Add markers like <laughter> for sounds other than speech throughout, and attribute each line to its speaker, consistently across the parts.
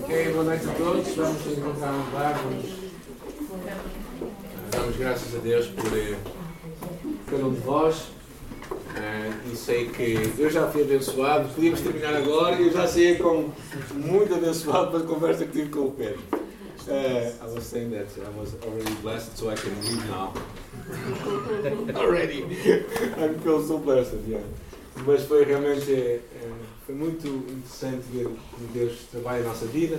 Speaker 1: Ok, boa noite a todos. Vamos encontrar um bar. Vamos... eh, Damos graças a Deus por eh, cada um de vós. Ah, e sei que eu já fui abençoado. Podíamos terminar agora e eu já saí com muito abençoado pela conversa que tive com o Pedro. Ah, I was saying that I was already blessed, so I can leave now. <laughs> already. I feel so blessed, yeah. Mas foi realmente eh, foi muito interessante ver como Deus trabalha a nossa vida.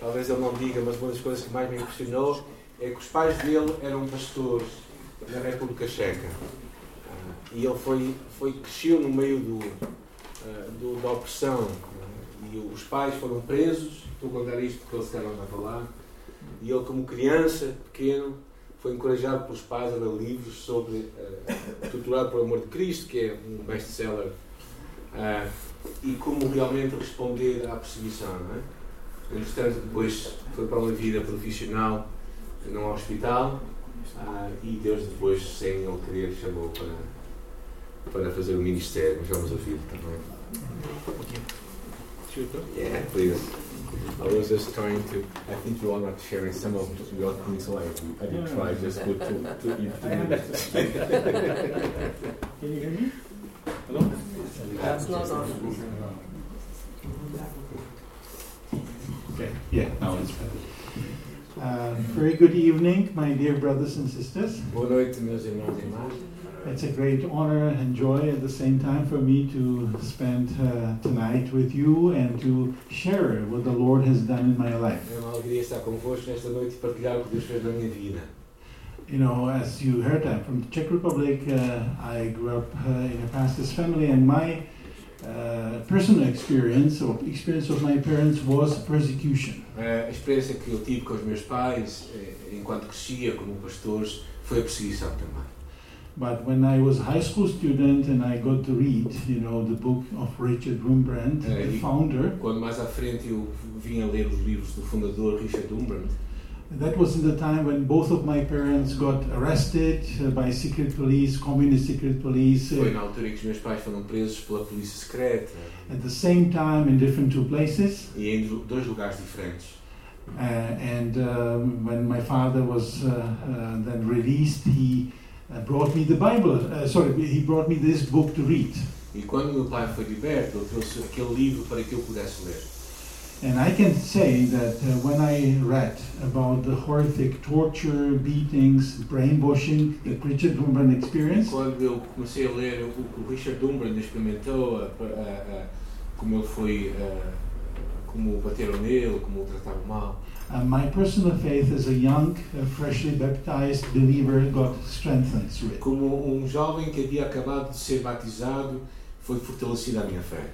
Speaker 1: Talvez ele não diga, mas uma das coisas que mais me impressionou é que os pais dele eram pastores na República Checa. Ah, E ele foi, foi, cresceu no meio do, ah, do- da opressão. Ah, E os pais foram presos. Estou a contar isto porque ele se calhar não vai falar. E ele, como criança, pequeno, foi encorajado pelos pais a ler livros sobre ah, Torturado pelo Amor de Cristo, que é um best-seller, ah, e como realmente responder à perseguição, não é? Entretanto, depois foi para uma vida profissional num hospital ah, e Deus depois, sem ele querer, chamou para, para fazer o ministério, mas vamos ouvir também. Yeah, please. I was just trying to.
Speaker 2: I think you are not sharing some of your things, so I, I did try just to, to, to eat the minutes.
Speaker 3: Can you hear me?
Speaker 4: That's not on.
Speaker 3: Okay, yeah, now it's better. Uh, very good evening, my dear brothers and sisters.
Speaker 1: Boa noite, meus irmãos e irmãs.
Speaker 3: It's a great honor and joy at the same time for me to spend uh, tonight with you and to share what the Lord has done in my life.
Speaker 1: É uma alegria estar convosco nesta noite e partilhar o que Deus fez na minha vida.
Speaker 3: You know, as you heard, I'm from the Czech Republic. Uh, I grew up uh, in a pastor's family, and my uh, personal experience or experience of my parents was persecution.
Speaker 1: A experiência que eu tive com os meus pais, eh, enquanto crescia como pastores, foi a perseguição também.
Speaker 3: But when I was a high school student and I got to read, you know, the book of Richard Rembrandt,
Speaker 1: Yeah,
Speaker 3: the
Speaker 1: he-
Speaker 3: founder,
Speaker 1: Quando mais à frente eu vim a ler os livros do fundador Richard Umbrandt,
Speaker 3: that was in the time when both of my parents got arrested uh, by secret police, communist secret police, uh,
Speaker 1: foi na altura em que os meus pais foram presos pela polícia secreta
Speaker 3: at the same time in different two places.
Speaker 1: e em du- dois lugares diferentes.
Speaker 3: Uh, and um, when my father was uh, uh, then released, he uh, brought me the Bible. Uh, sorry, he brought me this book to read.
Speaker 1: E quando meu pai foi liberto, ele trouxe aquele livro para que eu pudesse ler.
Speaker 3: And I can say that uh, when I read about the horrific torture, beatings, brainwashing that Richard Wurmbrand experienced,
Speaker 1: Quando eu comecei a ler o que o Richard Umbrandt experimentou, a- a- a- como ele foi, a- como bateram nele, como o trataram mal,
Speaker 3: uh, my personal faith as a young, uh, freshly baptized believer got strengthened through it.
Speaker 1: como um jovem que havia acabado de ser batizado, foi fortalecida a minha fé.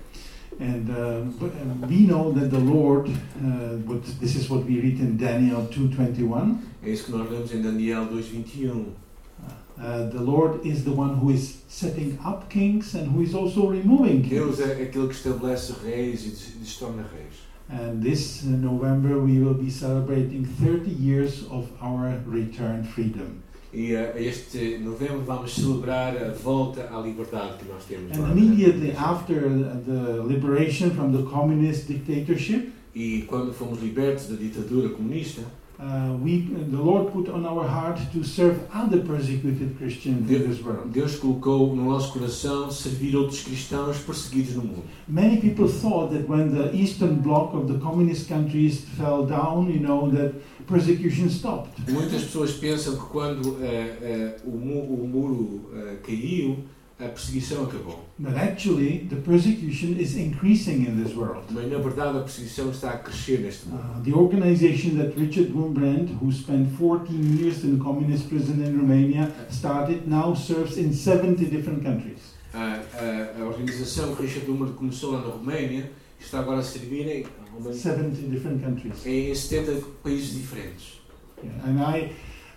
Speaker 3: And uh, b- uh, we know that the Lord, uh, what, this is what we read in Daniel 2.21,
Speaker 1: É isso que nós lemos em Daniel 2.21.
Speaker 3: uh, the Lord is the one who is setting up kings and who is also removing kings.
Speaker 1: Deus é aquele que estabelece reis e des- des torna reis.
Speaker 3: And this November, we will be celebrating 30 years of our returned freedom.
Speaker 1: E eh, este novembro vamos celebrar a volta à liberdade que nós temos. lá na
Speaker 3: And immediately
Speaker 1: República.
Speaker 3: after the liberation from the communist dictatorship,
Speaker 1: E quando fomos libertos da ditadura comunista,
Speaker 3: uh, we, the Lord put on our heart to serve other persecuted Christians in this world.
Speaker 1: Deus colocou no nosso coração servir outros cristãos perseguidos no mundo.
Speaker 3: Many people thought that when the Eastern Bloc of the communist countries fell down, you know, that persecution stopped.
Speaker 1: Muitas pessoas pensam que quando eh, eh, o, mu- o muro eh, caiu, a perseguição acabou.
Speaker 3: But actually, the persecution is increasing in this world.
Speaker 1: Mas na verdade a perseguição está a crescer neste mundo.
Speaker 3: Uh, the organization that Richard Wurmbrand, who spent 14 years in communist prison in Romania, started now serves in 70 different countries.
Speaker 1: A, a, a organização que Richard Número começou lá na Roménia está agora a servir em, Roménia- É
Speaker 3: 70 different countries.
Speaker 1: em 70 países diferentes.
Speaker 3: Yeah, And I,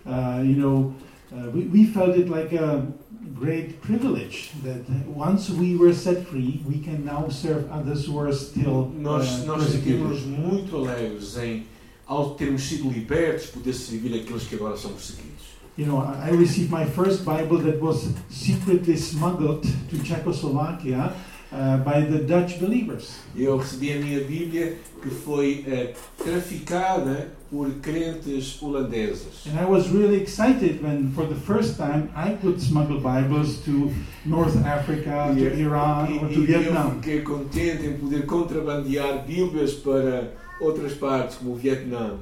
Speaker 3: uh, you know, uh, we, we felt it like a great privilege that once we were set free, we can now serve others who are still
Speaker 1: Nós,
Speaker 3: uh,
Speaker 1: nós sentimos-nos
Speaker 3: persecuted.
Speaker 1: muito alegres em, ao termos sido libertos, poder servir aqueles que agora são perseguidos.
Speaker 3: You know, I I received my first Bible that was secretly smuggled to Czechoslovakia. uh, by the Dutch believers.
Speaker 1: Eu recebi a minha Bíblia que foi eh, traficada por crentes holandeses.
Speaker 3: And I was really excited when, for the first time, I could smuggle Bibles to North Africa, to Iran, or
Speaker 1: e,
Speaker 3: to
Speaker 1: e eu
Speaker 3: Vietnam.
Speaker 1: fiquei contente em poder contrabandear Bíblias para outras partes, como o Vietnã.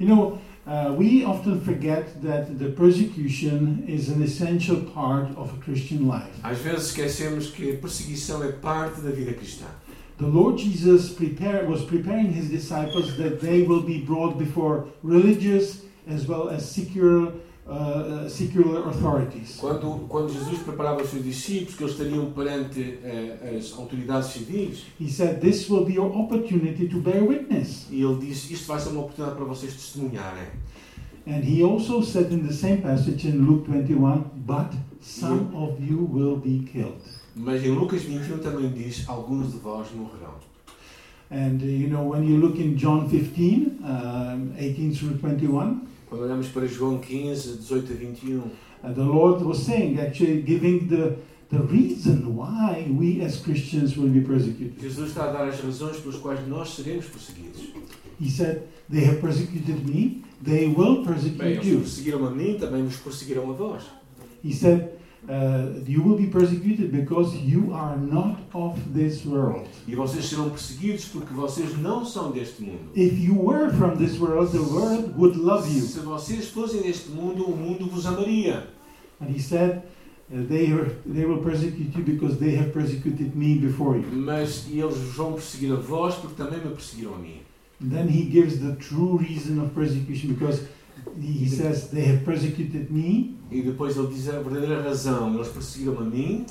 Speaker 3: You know, uh, we often forget that the persecution is an essential part of a Christian life.
Speaker 1: Às vezes esquecemos que a perseguição é parte da vida cristã.
Speaker 3: The Lord Jesus prepare, was preparing his disciples that they will be brought before religious as well as secular, uh, uh, secular authorities.
Speaker 1: Quando, quando Jesus preparava os seus discípulos, que eles estariam perante eh, as autoridades civis,
Speaker 3: He said, This will be your opportunity to bear witness.
Speaker 1: e ele disse: Isto vai ser uma oportunidade para vocês testemunharem.
Speaker 3: And he also said in the same passage in Luke 21, But some of you will be killed.
Speaker 1: Mas em Lucas 21 também diz: Alguns de vós morrerão.
Speaker 3: And uh, you know, when you look in John 15, um, 18 through 21,
Speaker 1: Quando olhamos para João 15, 18 a 21,
Speaker 3: uh, the Lord was saying, actually giving the, the reason why we as Christians will be persecuted.
Speaker 1: Jesus está a dar as razões pelas quais nós seremos perseguidos.
Speaker 3: He said, They have persecuted me, they will
Speaker 1: Bem, eles
Speaker 3: persecute you.
Speaker 1: perseguiram a mim, também nos perseguirão a vós.
Speaker 3: He said, uh, You will be persecuted because you are not of this world.
Speaker 1: E vocês serão perseguidos porque vocês não são deste mundo.
Speaker 3: If you were from this world, the world would love you.
Speaker 1: Se vocês fossem deste mundo, o mundo vos amaria.
Speaker 3: And he said, uh, they, are, they will persecute you because they have persecuted me before you.
Speaker 1: Mas eles vos vão perseguir a vós porque também me perseguiram a mim.
Speaker 3: Then he gives the true reason of persecution because he he says, They have persecuted me
Speaker 1: E depois ele diz a verdadeira razão. Eles perseguiram a mim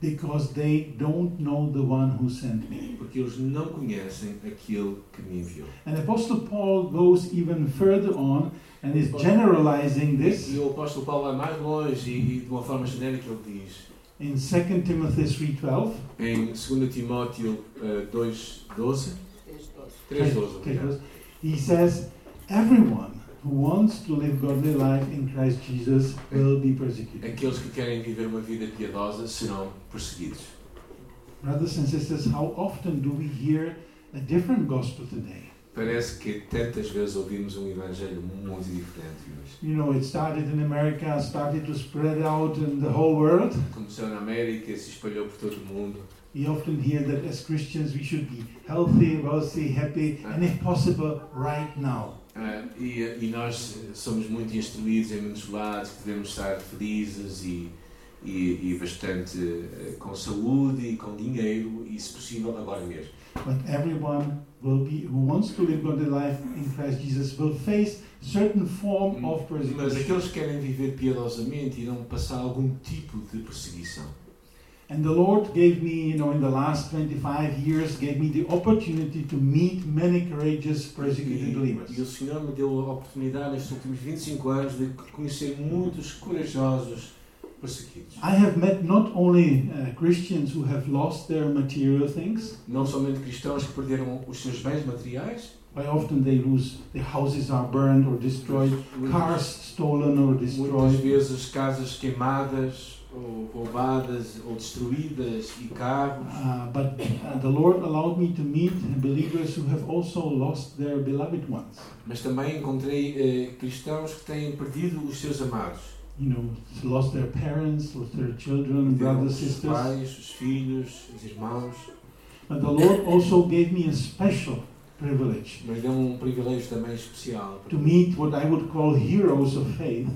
Speaker 3: because they don't know the one who sent me.
Speaker 1: porque eles não conhecem aquele que me enviou.
Speaker 3: And Apostle Paul goes even further on and is generalizing this
Speaker 1: E o apóstolo Paulo vai mais longe e, e de uma forma genérica ele diz
Speaker 3: in 2 Timothy 3.12.
Speaker 1: em 2 Timóteo eh, 2, 12, 3, 12. obrigado.
Speaker 3: He says, Everyone who wants to live godly life in Christ Jesus will be persecuted.
Speaker 1: Aqueles que querem viver uma vida piedosa serão perseguidos.
Speaker 3: Brothers and sisters, how often do we hear a different gospel today?
Speaker 1: Parece que tantas vezes ouvimos um evangelho muito diferente hoje.
Speaker 3: You know, it started in America, started to spread out in the whole world.
Speaker 1: Começou na América, se espalhou por todo o mundo.
Speaker 3: We often hear that as Christians we should be healthy, wealthy, happy, and if possible, right now.
Speaker 1: Ah, e, e nós somos muito instruídos em muitos lados que devemos estar felizes e, e, e bastante eh, com saúde e com dinheiro e, se possível, agora mesmo.
Speaker 3: But everyone will be who wants to live godly life in Christ Jesus will face certain form
Speaker 1: Mm.
Speaker 3: of
Speaker 1: Hum. Mas
Speaker 3: persecution.
Speaker 1: aqueles que querem viver piedosamente irão passar algum tipo de perseguição.
Speaker 3: And the Lord gave me, you know, in the last 25 years, gave me the opportunity to meet many courageous persecuted believers.
Speaker 1: E o Senhor me deu a oportunidade nestes últimos 25 anos de conhecer muitos corajosos perseguidos.
Speaker 3: I have met not only uh, Christians who have lost their material things,
Speaker 1: Não somente cristãos que perderam os seus bens materiais,
Speaker 3: but often they lose, their houses are burned or destroyed, cars stolen or
Speaker 1: muitas
Speaker 3: destroyed,
Speaker 1: vezes casas queimadas, ou roubadas, ou destruídas, e carros.
Speaker 3: uh, but uh, the Lord allowed me to meet believers who have also lost their beloved ones.
Speaker 1: Mas também encontrei eh, cristãos que têm perdido os seus amados.
Speaker 3: You know, lost their parents, lost their children,
Speaker 1: Perderam
Speaker 3: brothers,
Speaker 1: Os seus
Speaker 3: sisters.
Speaker 1: pais, os filhos, os irmãos.
Speaker 3: But the Lord also gave me a special privilege
Speaker 1: Mas deu um privilégio também especial,
Speaker 3: to meet what I would call heroes of faith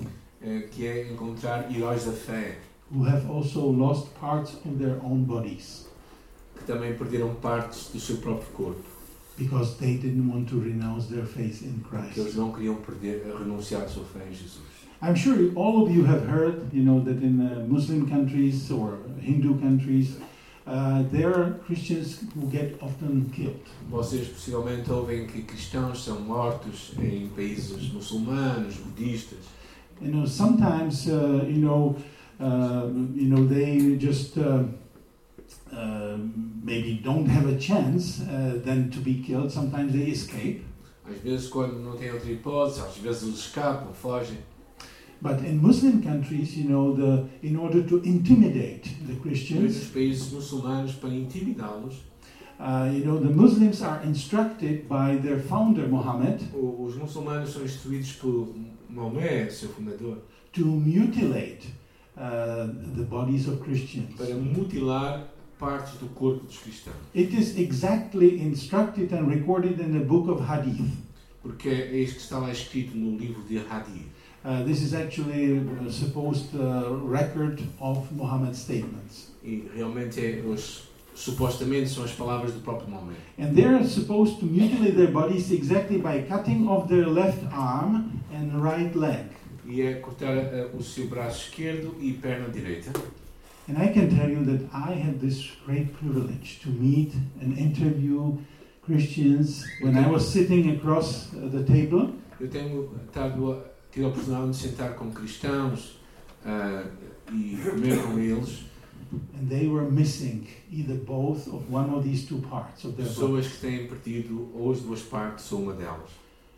Speaker 1: eh, que é encontrar heróis da fé.
Speaker 3: who have also lost parts of their own bodies
Speaker 1: que também perderam partes do seu próprio corpo,
Speaker 3: because they didn't want to renounce their faith in
Speaker 1: que eles
Speaker 3: Christ.
Speaker 1: não queriam perder, a renunciar à sua fé em Jesus.
Speaker 3: I'm sure all of you have heard, you know, that in uh, Muslim countries or Hindu countries, uh, there are Christians who get often killed.
Speaker 1: Vocês possivelmente ouvem que cristãos são mortos em países muçulmanos, budistas.
Speaker 3: You know, sometimes, uh, you know, uh, you know, they just uh, uh, maybe don't have a chance uh, then to be killed. Sometimes they escape,
Speaker 1: Às vezes, quando não têm outra hipótese, às vezes eles escapam, fogem.
Speaker 3: But in Muslim countries, you know, the, in order to intimidate the Christians,
Speaker 1: Muitos países muçulmanos, para intimidá-los,
Speaker 3: uh, you know, the Muslims are instructed by their founder Muhammad
Speaker 1: o- os muçulmanos são instruídos por Maomé, seu fundador,
Speaker 3: to mutilate uh, the bodies of Christians.
Speaker 1: para mutilar partes do corpo dos cristãos.
Speaker 3: It is exactly instructed and recorded in the book of Hadith.
Speaker 1: Porque é isso que está lá escrito no livro de Hadith.
Speaker 3: Uh, this is actually a supposed uh, record of Muhammad's statements.
Speaker 1: E realmente é os, supostamente são as palavras do próprio Maomé.
Speaker 3: And they are supposed to mutilate their bodies exactly by cutting off their left arm and right leg.
Speaker 1: E é cortar eh, o seu braço esquerdo e perna direita.
Speaker 3: And I can tell you that I had this great privilege to meet and interview Christians when I was sitting across uh, the table.
Speaker 1: Eu tenho estado a, tido a oportunidade de sentar com cristãos ah, e comer com eles,
Speaker 3: And they were missing either both of one of these two parts of their body.
Speaker 1: pessoas que têm perdido ou as duas partes ou uma delas.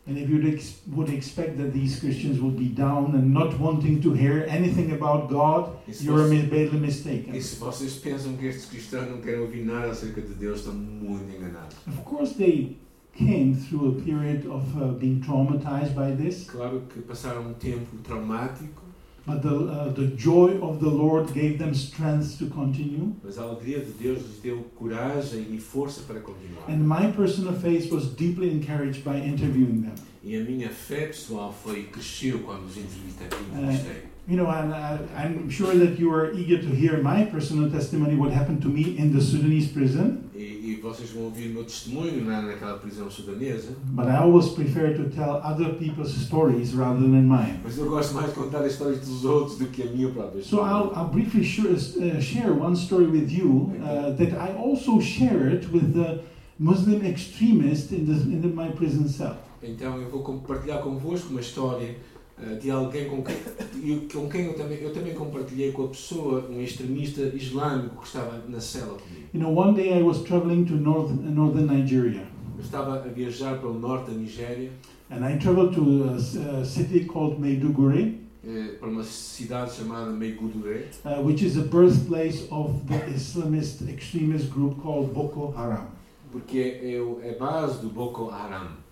Speaker 3: And if you ex- would expect that these Christians would be down and not wanting to hear anything about God,
Speaker 1: E se,
Speaker 3: you're
Speaker 1: vocês,
Speaker 3: mi- badly
Speaker 1: e
Speaker 3: mistaken.
Speaker 1: se vocês pensam que estes cristãos não querem ouvir nada acerca de Deus, estão muito enganados.
Speaker 3: Of course, they came through a period of uh, being traumatized by this,
Speaker 1: Claro que passaram um tempo traumático,
Speaker 3: but the, uh, the joy of the Lord gave them strength to continue.
Speaker 1: mas a alegria de Deus lhes deu coragem e força para continuar.
Speaker 3: And my personal faith was deeply encouraged by interviewing them.
Speaker 1: E a minha fé pessoal foi cresceu quando os entrevistei.
Speaker 3: É.
Speaker 1: entrevistei.
Speaker 3: You know, and I, I'm sure that you are eager to hear my personal testimony, what happened to me in the Sudanese prison.
Speaker 1: E, e vocês vão ouvir o meu testemunho na, naquela prisão sudanesa.
Speaker 3: But I always prefer to tell other people's stories rather than mine.
Speaker 1: Mas eu gosto mais de contar as histórias dos outros do que a minha própria
Speaker 3: So I'll, I'll briefly share, uh, share one story with you uh, that I also shared with the Muslim extremist in, the, in my prison cell.
Speaker 1: Então eu vou compartilhar convosco uma história ah, de alguém com quem, eu, com quem eu, também, eu também compartilhei com a pessoa, um extremista islâmico que estava na cela comigo.
Speaker 3: You know, one day I was traveling to north, northern Nigeria,
Speaker 1: Eu estava a viajar para o norte da Nigéria,
Speaker 3: and I traveled to a, s- a city called Maiduguri,
Speaker 1: eh, para uma cidade chamada Meigudure,
Speaker 3: uh, which is the birthplace of the Islamist extremist group called Boko Haram.
Speaker 1: porque é, o- é a base do Boko Haram.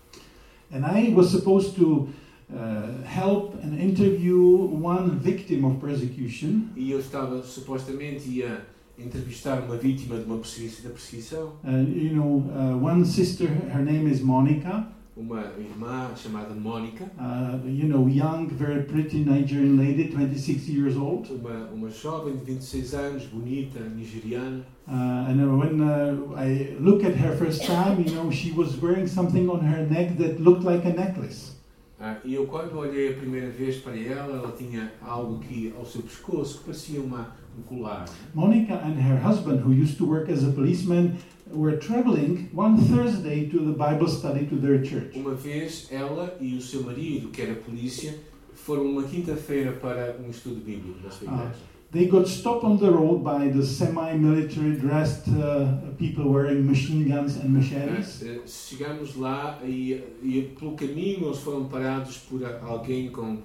Speaker 3: And I was supposed to uh, help and interview one victim of persecution.
Speaker 1: E eu estava supostamente ia entrevistar uma vítima de uma persegui- da perseguição,
Speaker 3: Uh, you know, uh, one sister, her name is Monica,
Speaker 1: uma irmã chamada Mónica,
Speaker 3: uh, you know, young, very pretty Nigerian lady, 26 years old.
Speaker 1: uma, uma jovem de 26 anos, bonita, nigeriana.
Speaker 3: Uh, and when uh, I look at her first time, you know, she was wearing something on her neck that looked like a necklace.
Speaker 1: Ah, e eu quando olhei a primeira vez para ela, ela tinha algo aqui ao seu pescoço que parecia uma, um colar.
Speaker 3: Monica and her husband, who used to work as a policeman, were traveling one Thursday to the Bible study to their church.
Speaker 1: Uma vez ela e o seu marido, que era polícia, foram uma quinta-feira para um estudo bíblico na sua
Speaker 3: Ah.
Speaker 1: igreja.
Speaker 3: They got stopped on the road by the semi-military dressed uh, people wearing machine guns and machetes.
Speaker 1: Ah, eh, Chegamos lá e, e pelo caminho eles foram parados por a- alguém com,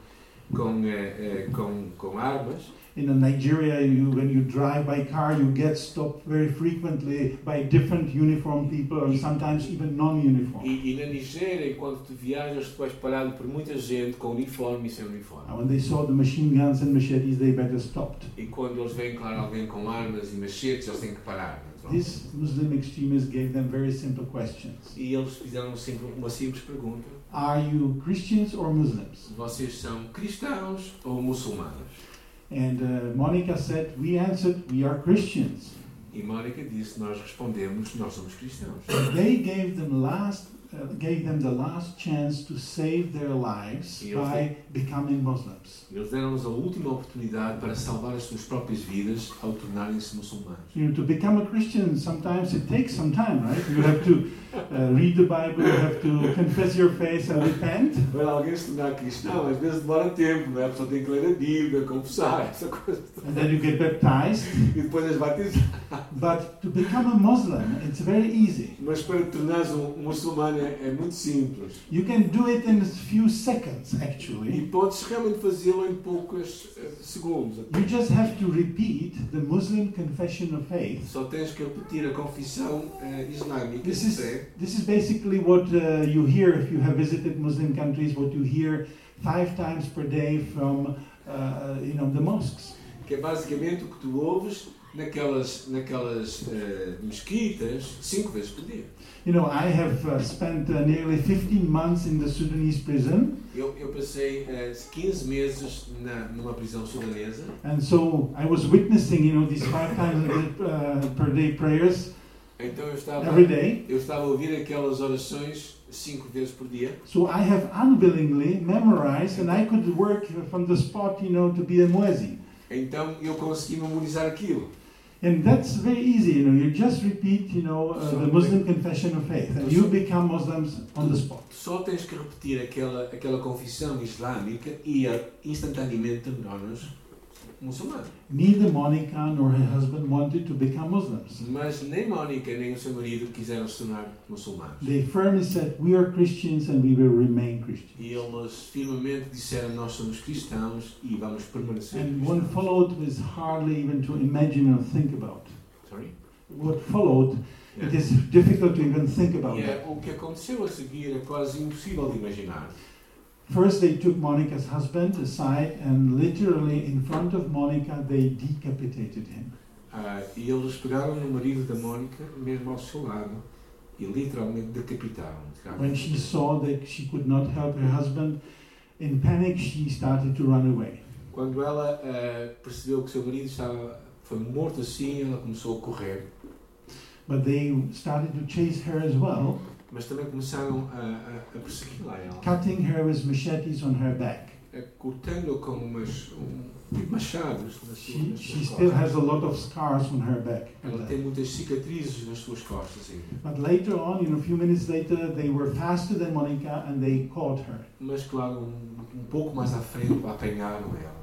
Speaker 1: com, eh, eh, com, com armas.
Speaker 3: In uh, Nigeria, you, when you drive by car, you get stopped very frequently by different uniformed people and sometimes even non-uniform.
Speaker 1: E, e na Nigéria, enquanto tu viajas, tu vais parado por muita gente com uniforme e sem
Speaker 3: And
Speaker 1: uniforme.
Speaker 3: when they saw the machine guns and machetes, they better stopped.
Speaker 1: E quando eles veem, claro, alguém com armas e machetes, eles têm que parar. é? naturalmente.
Speaker 3: These Muslim extremists gave them very simple questions.
Speaker 1: E eles fizeram sempre uma simples pergunta:
Speaker 3: Are you Christians or Muslims?
Speaker 1: Vocês são cristãos ou muçulmanos?
Speaker 3: And uh, Monica said, we answered, we are Christians.
Speaker 1: E Mónica disse: Nós respondemos, nós somos cristãos.
Speaker 3: They gave them last uh, gave them the last chance to save their lives
Speaker 1: Yes.
Speaker 3: by becoming Muslims.
Speaker 1: Eles deram-nos a última oportunidade para salvar as suas próprias vidas ao tornarem-se <laughs> muçulmanos.
Speaker 3: You know, to become a Christian, sometimes it takes some time, right? You have to uh, read the Bible, you have to confess your faith and repent.
Speaker 1: Para alguém se tornar cristão, às vezes demora tempo, não é? A pessoa tem que ler a Bíblia, confessar, essa coisa.
Speaker 3: And then you get baptized.
Speaker 1: E depois as batizar.
Speaker 3: But to become a Muslim, it's very easy.
Speaker 1: Mas para te tornares um muçulmano é, é muito simples.
Speaker 3: You can do it in a few seconds,
Speaker 1: E
Speaker 3: actually.
Speaker 1: podes realmente fazê-lo em poucos eh, segundos.
Speaker 3: You just have to repeat the Muslim confession of faith.
Speaker 1: Só tens que repetir a confissão eh, islâmica é,
Speaker 3: This
Speaker 1: de
Speaker 3: is,
Speaker 1: fé.
Speaker 3: this is basically what uh, you hear if you have visited Muslim countries, what you hear five times per day from uh, you know, the mosques.
Speaker 1: que é basicamente o que tu ouves naquelas, naquelas eh, mesquitas cinco vezes por dia.
Speaker 3: You know, I have uh, spent uh, nearly 15 months in the Sudanese prison,
Speaker 1: Eu, eu passei eh, 15 meses na, numa prisão sudanesa
Speaker 3: and so I was witnessing, you know, these five times uh, per day prayers
Speaker 1: Então eu estava,
Speaker 3: every day.
Speaker 1: eu estava a ouvir aquelas orações cinco vezes por dia.
Speaker 3: So I have unwillingly memorized, and I could work from the spot, you know, to be a muezzin.
Speaker 1: Então eu consegui memorizar aquilo.
Speaker 3: And that's very easy, you know. You just repeat, you know, uh, the Muslim confession of faith, and you become Muslims on the spot.
Speaker 1: Tu só tens que repetir aquela, aquela confissão islâmica e eh, instantaneamente tornas muçulmano.
Speaker 3: Neither Monica nor her husband wanted to become Muslims.
Speaker 1: Mas nem Mónica nem o seu marido quiseram se tornar muçulmanos.
Speaker 3: They firmly said, "We are Christians, and we will remain Christians."
Speaker 1: E eles firmemente disseram: Nós somos cristãos e vamos permanecer.
Speaker 3: And
Speaker 1: cristãos."
Speaker 3: what followed was hardly even to imagine or think about.
Speaker 1: Sorry?
Speaker 3: What followed, it is difficult to even think about.
Speaker 1: E é, o que aconteceu a seguir é quase impossível de imaginar.
Speaker 3: First, they took Monica's husband aside, and literally in front of Monica, they decapitated him.
Speaker 1: Ah, e eles pegaram o marido da Mónica, mesmo ao seu lado, e literalmente decapitaram.
Speaker 3: When she saw that she could not help her husband, in panic, she started to run away.
Speaker 1: Quando ela ah, percebeu que o seu marido estava, foi morto assim, ela começou a correr.
Speaker 3: But they started to chase her as well,
Speaker 1: Mas também começaram a, a, a persegui-la a ela,
Speaker 3: cutting her with machetes on her back.
Speaker 1: a- cortando com umas um, tipo machados nas suas,
Speaker 3: She,
Speaker 1: nas
Speaker 3: she
Speaker 1: suas
Speaker 3: still
Speaker 1: costas.
Speaker 3: has a lot of scars on her back.
Speaker 1: Ela tem muitas cicatrizes nas suas costas ainda.
Speaker 3: But later on, you know, a few minutes later, they were faster than Monica and they caught her.
Speaker 1: Mas, claro, um, um pouco mais à frente apanharam ela.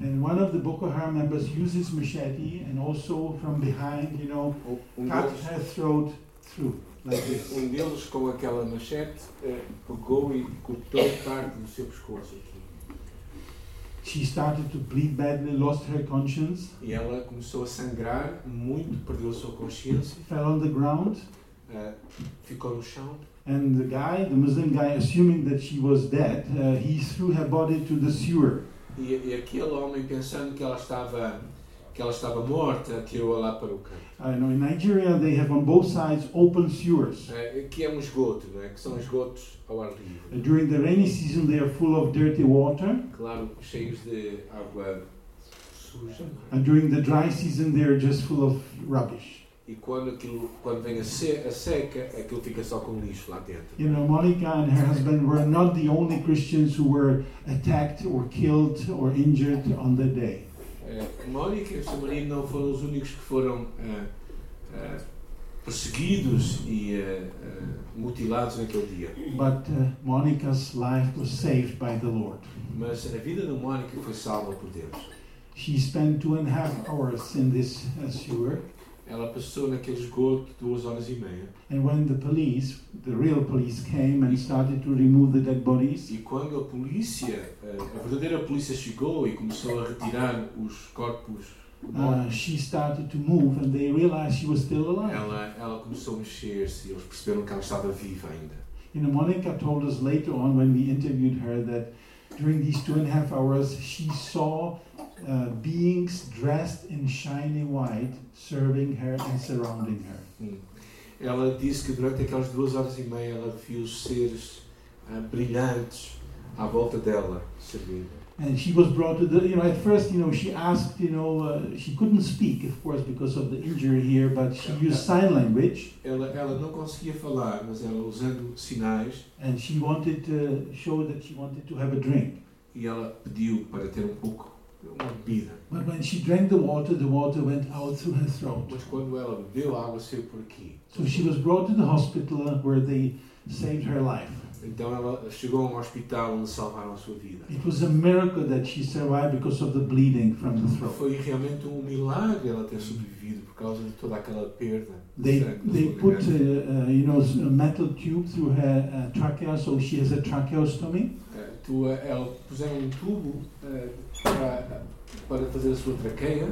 Speaker 3: And one of the Boko Haram members uses machete and also from behind, you know,
Speaker 1: Um
Speaker 3: cut
Speaker 1: deles,
Speaker 3: her throat through like this.
Speaker 1: um deles, com aquela machete, eh, pegou e cortou parte do seu pescoço aqui.
Speaker 3: She started to bleed badly, lost her conscience,
Speaker 1: E ela começou a sangrar muito, perdeu a sua consciência,
Speaker 3: fell on the ground,
Speaker 1: eh, ficou no chão.
Speaker 3: and the guy, the Muslim guy, assuming that she was dead, uh, he threw her body to the sewer.
Speaker 1: E, e aquele homem, pensando que ela estava, que ela estava morta, atirou-a lá para o canto.
Speaker 3: I know in Nigeria they have on both sides open sewers.
Speaker 1: Eh, que é um esgoto, não é? Que são esgotos ao ar livre.
Speaker 3: During the rainy season they are full of dirty water,
Speaker 1: Claro, cheios de água suja. não é?
Speaker 3: and during the dry season they are just full of rubbish.
Speaker 1: E quando aquilo, quando vem a, se- a seca, aquilo fica só com lixo lá dentro.
Speaker 3: You know, Monica and her husband were not the only Christians who were attacked or killed or injured on that day.
Speaker 1: Eh, Mónica e o seu marido não foram os únicos que foram eh, eh, perseguidos e eh, eh, mutilados naquele dia.
Speaker 3: But uh, Monica's life was saved by the Lord.
Speaker 1: Mas a vida da Mónica foi salva por Deus.
Speaker 3: She spent two and a half hours in this uh, sewer,
Speaker 1: Ela passou naquele esgoto duas horas e meia.
Speaker 3: and when the police, the real police, came and started to remove the dead bodies,
Speaker 1: E quando a polícia, eh, a verdadeira polícia chegou e começou a retirar os corpos
Speaker 3: uh,
Speaker 1: mortos,
Speaker 3: she started to move, and they realized she was still alive.
Speaker 1: ela, ela começou a mexer-se e eles perceberam que ela estava viva ainda.
Speaker 3: You know, Monica told us later on when we interviewed her that during these two and a half hours, she saw uh, beings dressed in shiny white serving her and surrounding her.
Speaker 1: Hum. Ela disse que durante aquelas duas horas e meia ela viu seres ah, brilhantes à volta dela servindo.
Speaker 3: And she was brought to the, you know, at first, you know, she asked, you know, uh, she couldn't speak, of course, because of the injury here, but she used sign language
Speaker 1: Ela, ela não conseguia falar, mas ela usando sinais
Speaker 3: and she wanted to show that she wanted to have a drink.
Speaker 1: e ela pediu para ter um pouco uma bebida.
Speaker 3: But when she drank the water, the water went out through her throat.
Speaker 1: Mas quando ela bebeu a água saiu por aqui.
Speaker 3: So she was brought to the hospital where they saved her life.
Speaker 1: Então ela chegou a um hospital onde salvaram a sua vida.
Speaker 3: It was a miracle that she survived because of the bleeding from the throat.
Speaker 1: Foi realmente um milagre ela ter sobrevivido por causa de toda aquela perda. de
Speaker 3: They,
Speaker 1: sangue da
Speaker 3: they
Speaker 1: sua
Speaker 3: put, uh,
Speaker 1: garganta.
Speaker 3: uh, you know, s- a metal tube through her uh, trachea, so she has a tracheostomy.
Speaker 1: Eh, tu, eh, ela puseram um tubo eh, para, para fazer a sua traqueia.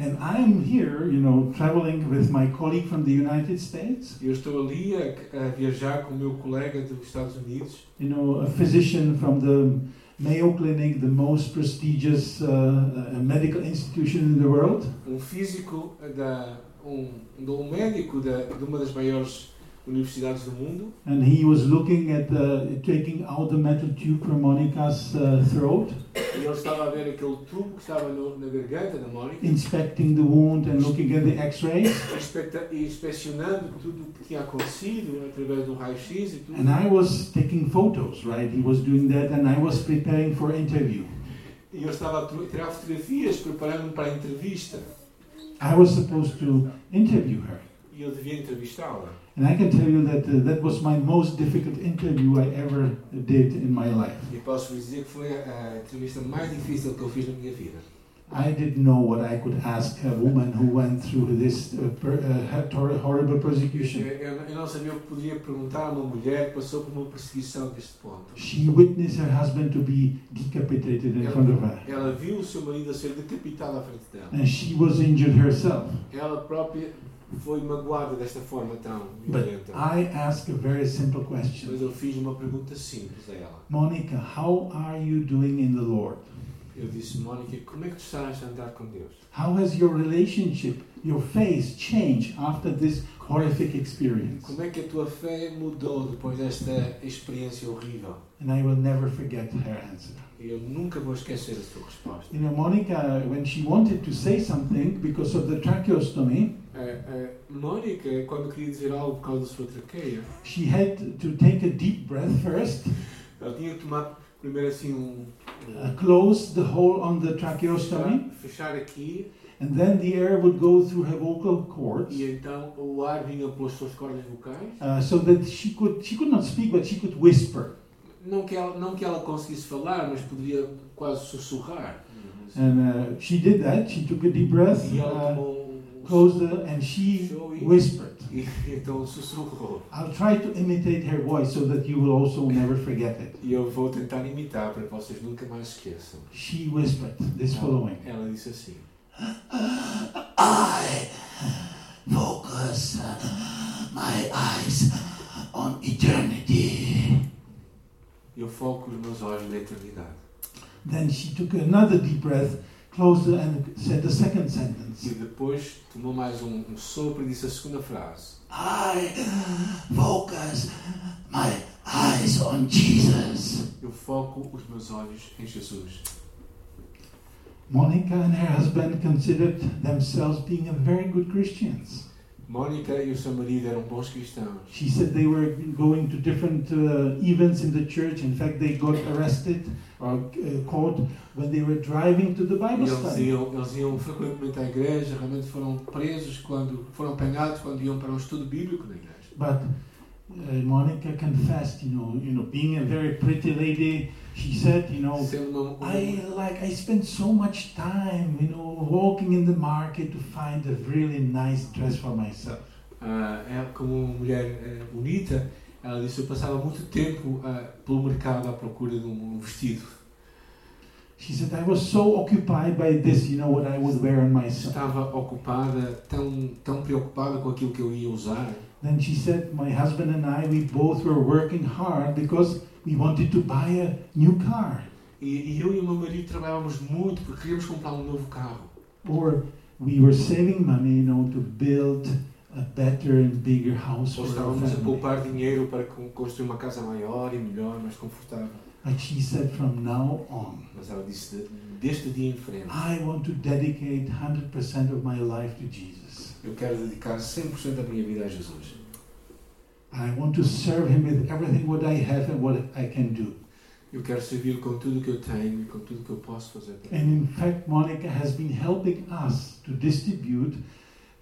Speaker 3: And I am here, you know, traveling with my colleague from the United States,
Speaker 1: E eu estou ali a, a viajar com o meu colega dos Estados Unidos,
Speaker 3: you know, a physician from the Mayo Clinic, the most prestigious uh, uh, medical institution in the world.
Speaker 1: um físico da um, um médico da, de uma das maiores universidades do mundo
Speaker 3: And he was looking at uh, taking out the metal tube from Monica's uh, throat,
Speaker 1: e ele estava a ver aquele tubo que estava no, na garganta da Mónica,
Speaker 3: inspecting the wound and looking at the x rays.
Speaker 1: inspecta- e inspecionando tudo o que tinha acontecido através do raio-x e tudo.
Speaker 3: And I was taking photos, right? He was doing that, and I was preparing for interview.
Speaker 1: E eu estava a tru- tirar fotografias, preparando-me para a entrevista.
Speaker 3: I was supposed to interview her.
Speaker 1: E eu devia entrevistá-la.
Speaker 3: And I can tell you that uh, that was my most difficult interview I ever did in my life.
Speaker 1: E posso vos dizer que foi a, a entrevista mais difícil que eu fiz na minha vida.
Speaker 3: I didn't know what I could ask a woman who went through this uh, per, uh, hor- horrible
Speaker 1: Eu,
Speaker 3: persecution.
Speaker 1: eu eu não sabia o que podia perguntar a uma mulher que passou por uma perseguição deste ponto.
Speaker 3: She witnessed her husband to be decapitated in front of her,
Speaker 1: Ela viu o seu marido a ser decapitado à frente dela.
Speaker 3: and she was injured herself.
Speaker 1: Ela própria foi magoada desta forma tão
Speaker 3: But
Speaker 1: violenta.
Speaker 3: I asked a very simple
Speaker 1: Mas
Speaker 3: question
Speaker 1: eu fiz uma pergunta simples a ela.
Speaker 3: Monica, how are you doing in the Lord?
Speaker 1: Eu disse, Mónica, como é que tu estás a andar com Deus?
Speaker 3: How has your relationship, your faith changed after this horrific experience?
Speaker 1: Como é que a tua fé mudou depois desta experiência horrível?
Speaker 3: And I will never forget her answer.
Speaker 1: E Eu nunca vou esquecer a sua resposta.
Speaker 3: You know, Monica, when she wanted to say something because of the tracheostomy,
Speaker 1: A, a Mónica, quando queria dizer algo por causa da sua traqueia,
Speaker 3: she had to take a deep breath first,
Speaker 1: ela tinha que tomar primeiro assim um...
Speaker 3: uh,
Speaker 1: um
Speaker 3: close the hole on the tracheostomy,
Speaker 1: fechar, fechar aqui
Speaker 3: and then the air would go through her vocal cords.
Speaker 1: e então o ar vinha pelas suas cordas vocais.
Speaker 3: Uh, so that she could she could not speak but she could whisper
Speaker 1: Não que, ela, não que ela conseguisse falar, mas poderia quase sussurrar.
Speaker 3: and uh, she did that she took a deep breath
Speaker 1: E ela
Speaker 3: uh,
Speaker 1: tomou um
Speaker 3: closed the, and she
Speaker 1: Show it.
Speaker 3: whispered
Speaker 1: <laughs> E então sussurrou.
Speaker 3: I'll try to imitate her voice so that you will also never forget it.
Speaker 1: E eu vou tentar imitar para que vocês nunca mais esqueçam.
Speaker 3: She whispered this following
Speaker 1: Ela disse assim:
Speaker 3: I focus my eyes on eternity.
Speaker 1: Eu foco os meus olhos na eternidade.
Speaker 3: Then she took another deep breath, closed it, and said the second
Speaker 1: E
Speaker 3: sentence
Speaker 1: depois tomou mais um, um sopro e disse a segunda frase:
Speaker 3: I focus my eyes on Jesus.
Speaker 1: Eu foco os meus olhos em Jesus.
Speaker 3: Monica and her husband considered themselves being a very good Christians.
Speaker 1: Mónica e o seu marido eram bons cristãos.
Speaker 3: She said they were going to different uh, events in the church. In fact, they got arrested or uh, caught when they were driving to the
Speaker 1: E
Speaker 3: Bible
Speaker 1: eles
Speaker 3: study.
Speaker 1: iam, eles iam frequentemente à igreja, realmente foram presos quando foram apanhados quando iam para um estudo bíblico na igreja.
Speaker 3: But uh, Monica confessed, you know, you know, being a very pretty lady, she said, you know,
Speaker 1: Sendo uma, uma,
Speaker 3: I like I spent so much time, you know, walking in the market to find a really nice dress for myself.
Speaker 1: Ah, é, como uma mulher eh, bonita, ela disse: Eu passava muito tempo ah, pelo mercado à procura de um, um vestido.
Speaker 3: She said I was so occupied by this, you know, what I would wear on myself.
Speaker 1: Estava ocupada, tão, tão preocupada com aquilo que eu ia usar.
Speaker 3: Then she said, My husband and I, we both were working hard because we wanted to buy a new car.
Speaker 1: E, e eu e o meu marido trabalhávamos muito porque queríamos comprar um novo carro.
Speaker 3: Or we were saving money, you know, to build a better and bigger house
Speaker 1: Ou
Speaker 3: for our
Speaker 1: estávamos a
Speaker 3: family.
Speaker 1: poupar dinheiro para con- construir uma casa maior e melhor, mais confortável.
Speaker 3: But she said, From now on,
Speaker 1: Mas ela disse: "De- Deste dia em frente,
Speaker 3: I want to dedicate 100% of my life to Jesus.
Speaker 1: eu quero dedicar 100% da minha vida a Jesus.
Speaker 3: I want to serve him with everything what I have and what I can do.
Speaker 1: Eu quero servir com tudo que eu tenho e com tudo
Speaker 3: É
Speaker 1: que eu posso fazer para
Speaker 3: And in fact, Monica has been helping us to distribute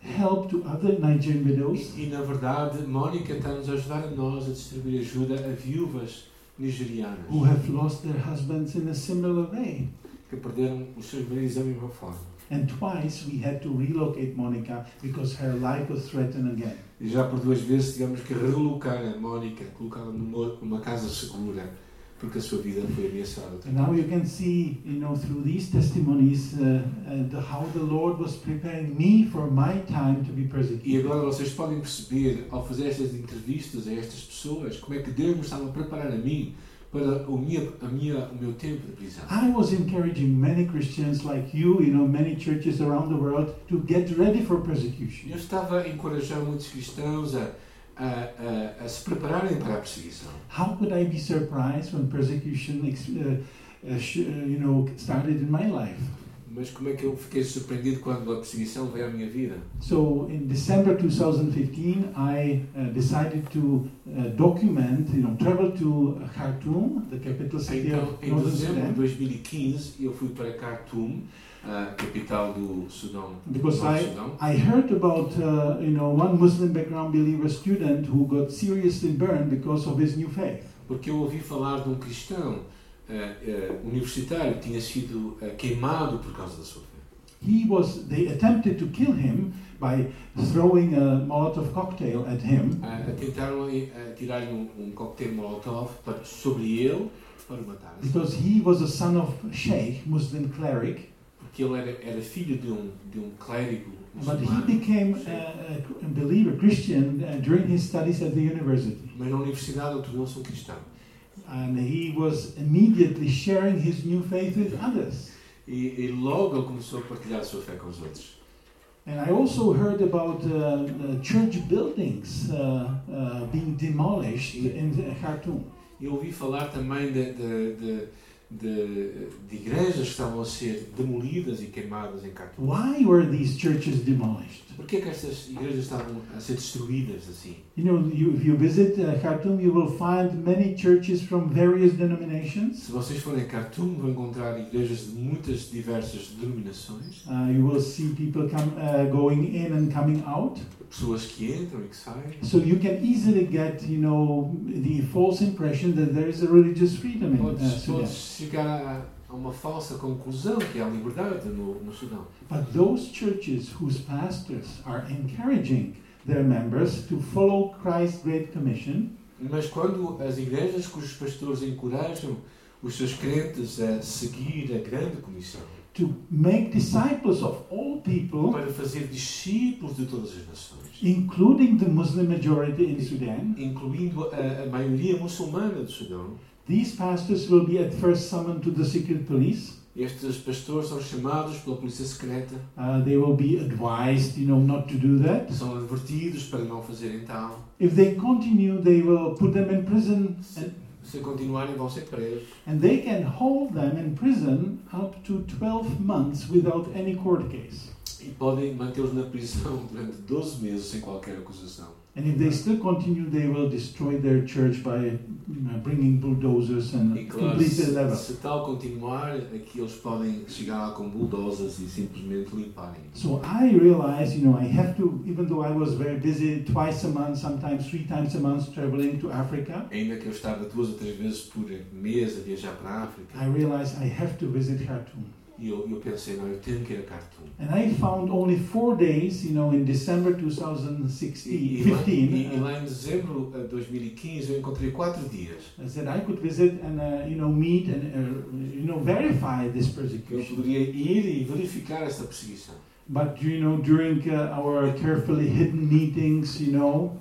Speaker 3: help to other Nigerian widows.
Speaker 1: E, e, na verdade, Mónica está-nos a ajudar a nós a distribuir ajuda a viúvas nigerianas
Speaker 3: who have lost their husbands in a similar way.
Speaker 1: que perderam os seus maridos da mesma forma.
Speaker 3: And twice we had to relocate Monica because her life was threatened again.
Speaker 1: E já por duas vezes tivemos que relocar a Mónica, colocá-la numa, numa casa segura, porque a sua vida foi ameaçada. outra
Speaker 3: And now you can see, you know, through these testimonies, uh, uh, the, how the Lord was preparing me for my time to be
Speaker 1: E
Speaker 3: persecuted.
Speaker 1: agora vocês podem perceber, ao fazer estas entrevistas a estas pessoas, como é que Deus me estava a preparar a mim para o, minha, a minha, o meu tempo de prisão.
Speaker 3: I was encouraging many Christians like you, you know, many churches around the world to get ready for persecution.
Speaker 1: Eu estava a encorajar muitos cristãos a, a, a, a se prepararem para a perseguição.
Speaker 3: How could I be surprised when persecution, ex- uh, uh, sh- uh, you know, started in my life?
Speaker 1: Mas como é que eu fiquei surpreendido quando a perseguição veio à minha vida?
Speaker 3: So in December 2015, I uh, decided to uh, document, you know, travel to Khartoum, the capital city
Speaker 1: Então,
Speaker 3: of
Speaker 1: em
Speaker 3: Northern
Speaker 1: dezembro de
Speaker 3: Sudan,
Speaker 1: 2015, eu fui para Khartoum, a capital do Sudão. do
Speaker 3: because
Speaker 1: Norte
Speaker 3: I
Speaker 1: Sudão.
Speaker 3: I heard about uh, you know one Muslim background believer student who got seriously burned because of his new faith.
Speaker 1: Porque eu ouvi falar de um cristão eh, eh, universitário que tinha sido eh, queimado por causa da sua fé.
Speaker 3: He was they attempted to kill him by throwing a Molotov cocktail at him,
Speaker 1: Ah, tentaram eh, tirar-lhe um, um coquetel molotov para, sobre ele para o matar. Assim,
Speaker 3: because he was a son of sheikh, Muslim cleric,
Speaker 1: Porque ele era, era filho de um, de um clérigo
Speaker 3: But he
Speaker 1: muçulmano.
Speaker 3: became a, a believer, Christian, uh, during his studies at the university.
Speaker 1: Mas na universidade ele tornou-se um cristão.
Speaker 3: And he was immediately sharing his new faith with others.
Speaker 1: E, e logo ele começou a partilhar a sua fé com os outros.
Speaker 3: And I also heard about uh, uh, church buildings uh, uh, being demolished in Khartoum.
Speaker 1: E eu ouvi falar também de, de, de, de, de igrejas que estavam a ser demolidas e queimadas em Khartoum.
Speaker 3: Why were these churches demolished?
Speaker 1: Porquê que estas igrejas estavam a ser destruídas assim?
Speaker 3: You know, you, if you visit uh, Khartoum, you will find many churches from various denominations.
Speaker 1: Se vocês forem a Khartoum, vão encontrar igrejas de muitas diversas denominações,
Speaker 3: Uh, you will see people come, uh, going in and coming out.
Speaker 1: pessoas que entram e que saem.
Speaker 3: So you can easily get, you know, the false impression that there is a religious freedom in uh,
Speaker 1: Podes,
Speaker 3: Sudan.
Speaker 1: podes chegar a, a uma falsa conclusão que há liberdade no, no Sudão.
Speaker 3: But those churches whose pastors are encouraging their members to follow Christ's Great Commission,
Speaker 1: Mas quando as igrejas cujos pastores encorajam os seus crentes a seguir a grande comissão
Speaker 3: to make disciples of all people,
Speaker 1: para fazer discípulos de todas as nações,
Speaker 3: including the Muslim majority in Sudan,
Speaker 1: incluindo a, a maioria muçulmana do Sudão,
Speaker 3: these pastors will be at first summoned to the secret police.
Speaker 1: estes pastores são chamados pela polícia secreta,
Speaker 3: Uh, they will be advised, you know, not to do that.
Speaker 1: são advertidos para não fazerem tal.
Speaker 3: If they continue, they will put them in prison and
Speaker 1: Se continuarem, vão ser presos.
Speaker 3: And they can hold them in prison up to 12 months without any court case.
Speaker 1: E podem mantê-los na prisão durante 12 meses sem qualquer acusação.
Speaker 3: And if they still continue, they will destroy their church by you know, bringing bulldozers and
Speaker 1: E claro,
Speaker 3: complete the
Speaker 1: se,
Speaker 3: level.
Speaker 1: se tal continuar, aqui eles podem chegar lá com bulldozers e simplesmente limparem.
Speaker 3: So I realized, you know, I have to, even though I was very busy twice a month, sometimes three times a month traveling to Africa,
Speaker 1: Ainda que eu estava duas ou três vezes por mês a viajar para a África,
Speaker 3: I realized I have to visit Khartoum.
Speaker 1: e eu, eu pensei, não, eu tenho que ir a Khartoum.
Speaker 3: And I found only four days, you know, in December
Speaker 1: E, e, lá, e, e
Speaker 3: 2015,
Speaker 1: lá em dezembro de 2015 eu encontrei quatro dias
Speaker 3: I said I could visit and uh, you know meet and uh, you know verify this
Speaker 1: que eu
Speaker 3: persecution.
Speaker 1: poderia ir e verificar essa perseguição.
Speaker 3: But you know during uh, our carefully hidden meetings, you know,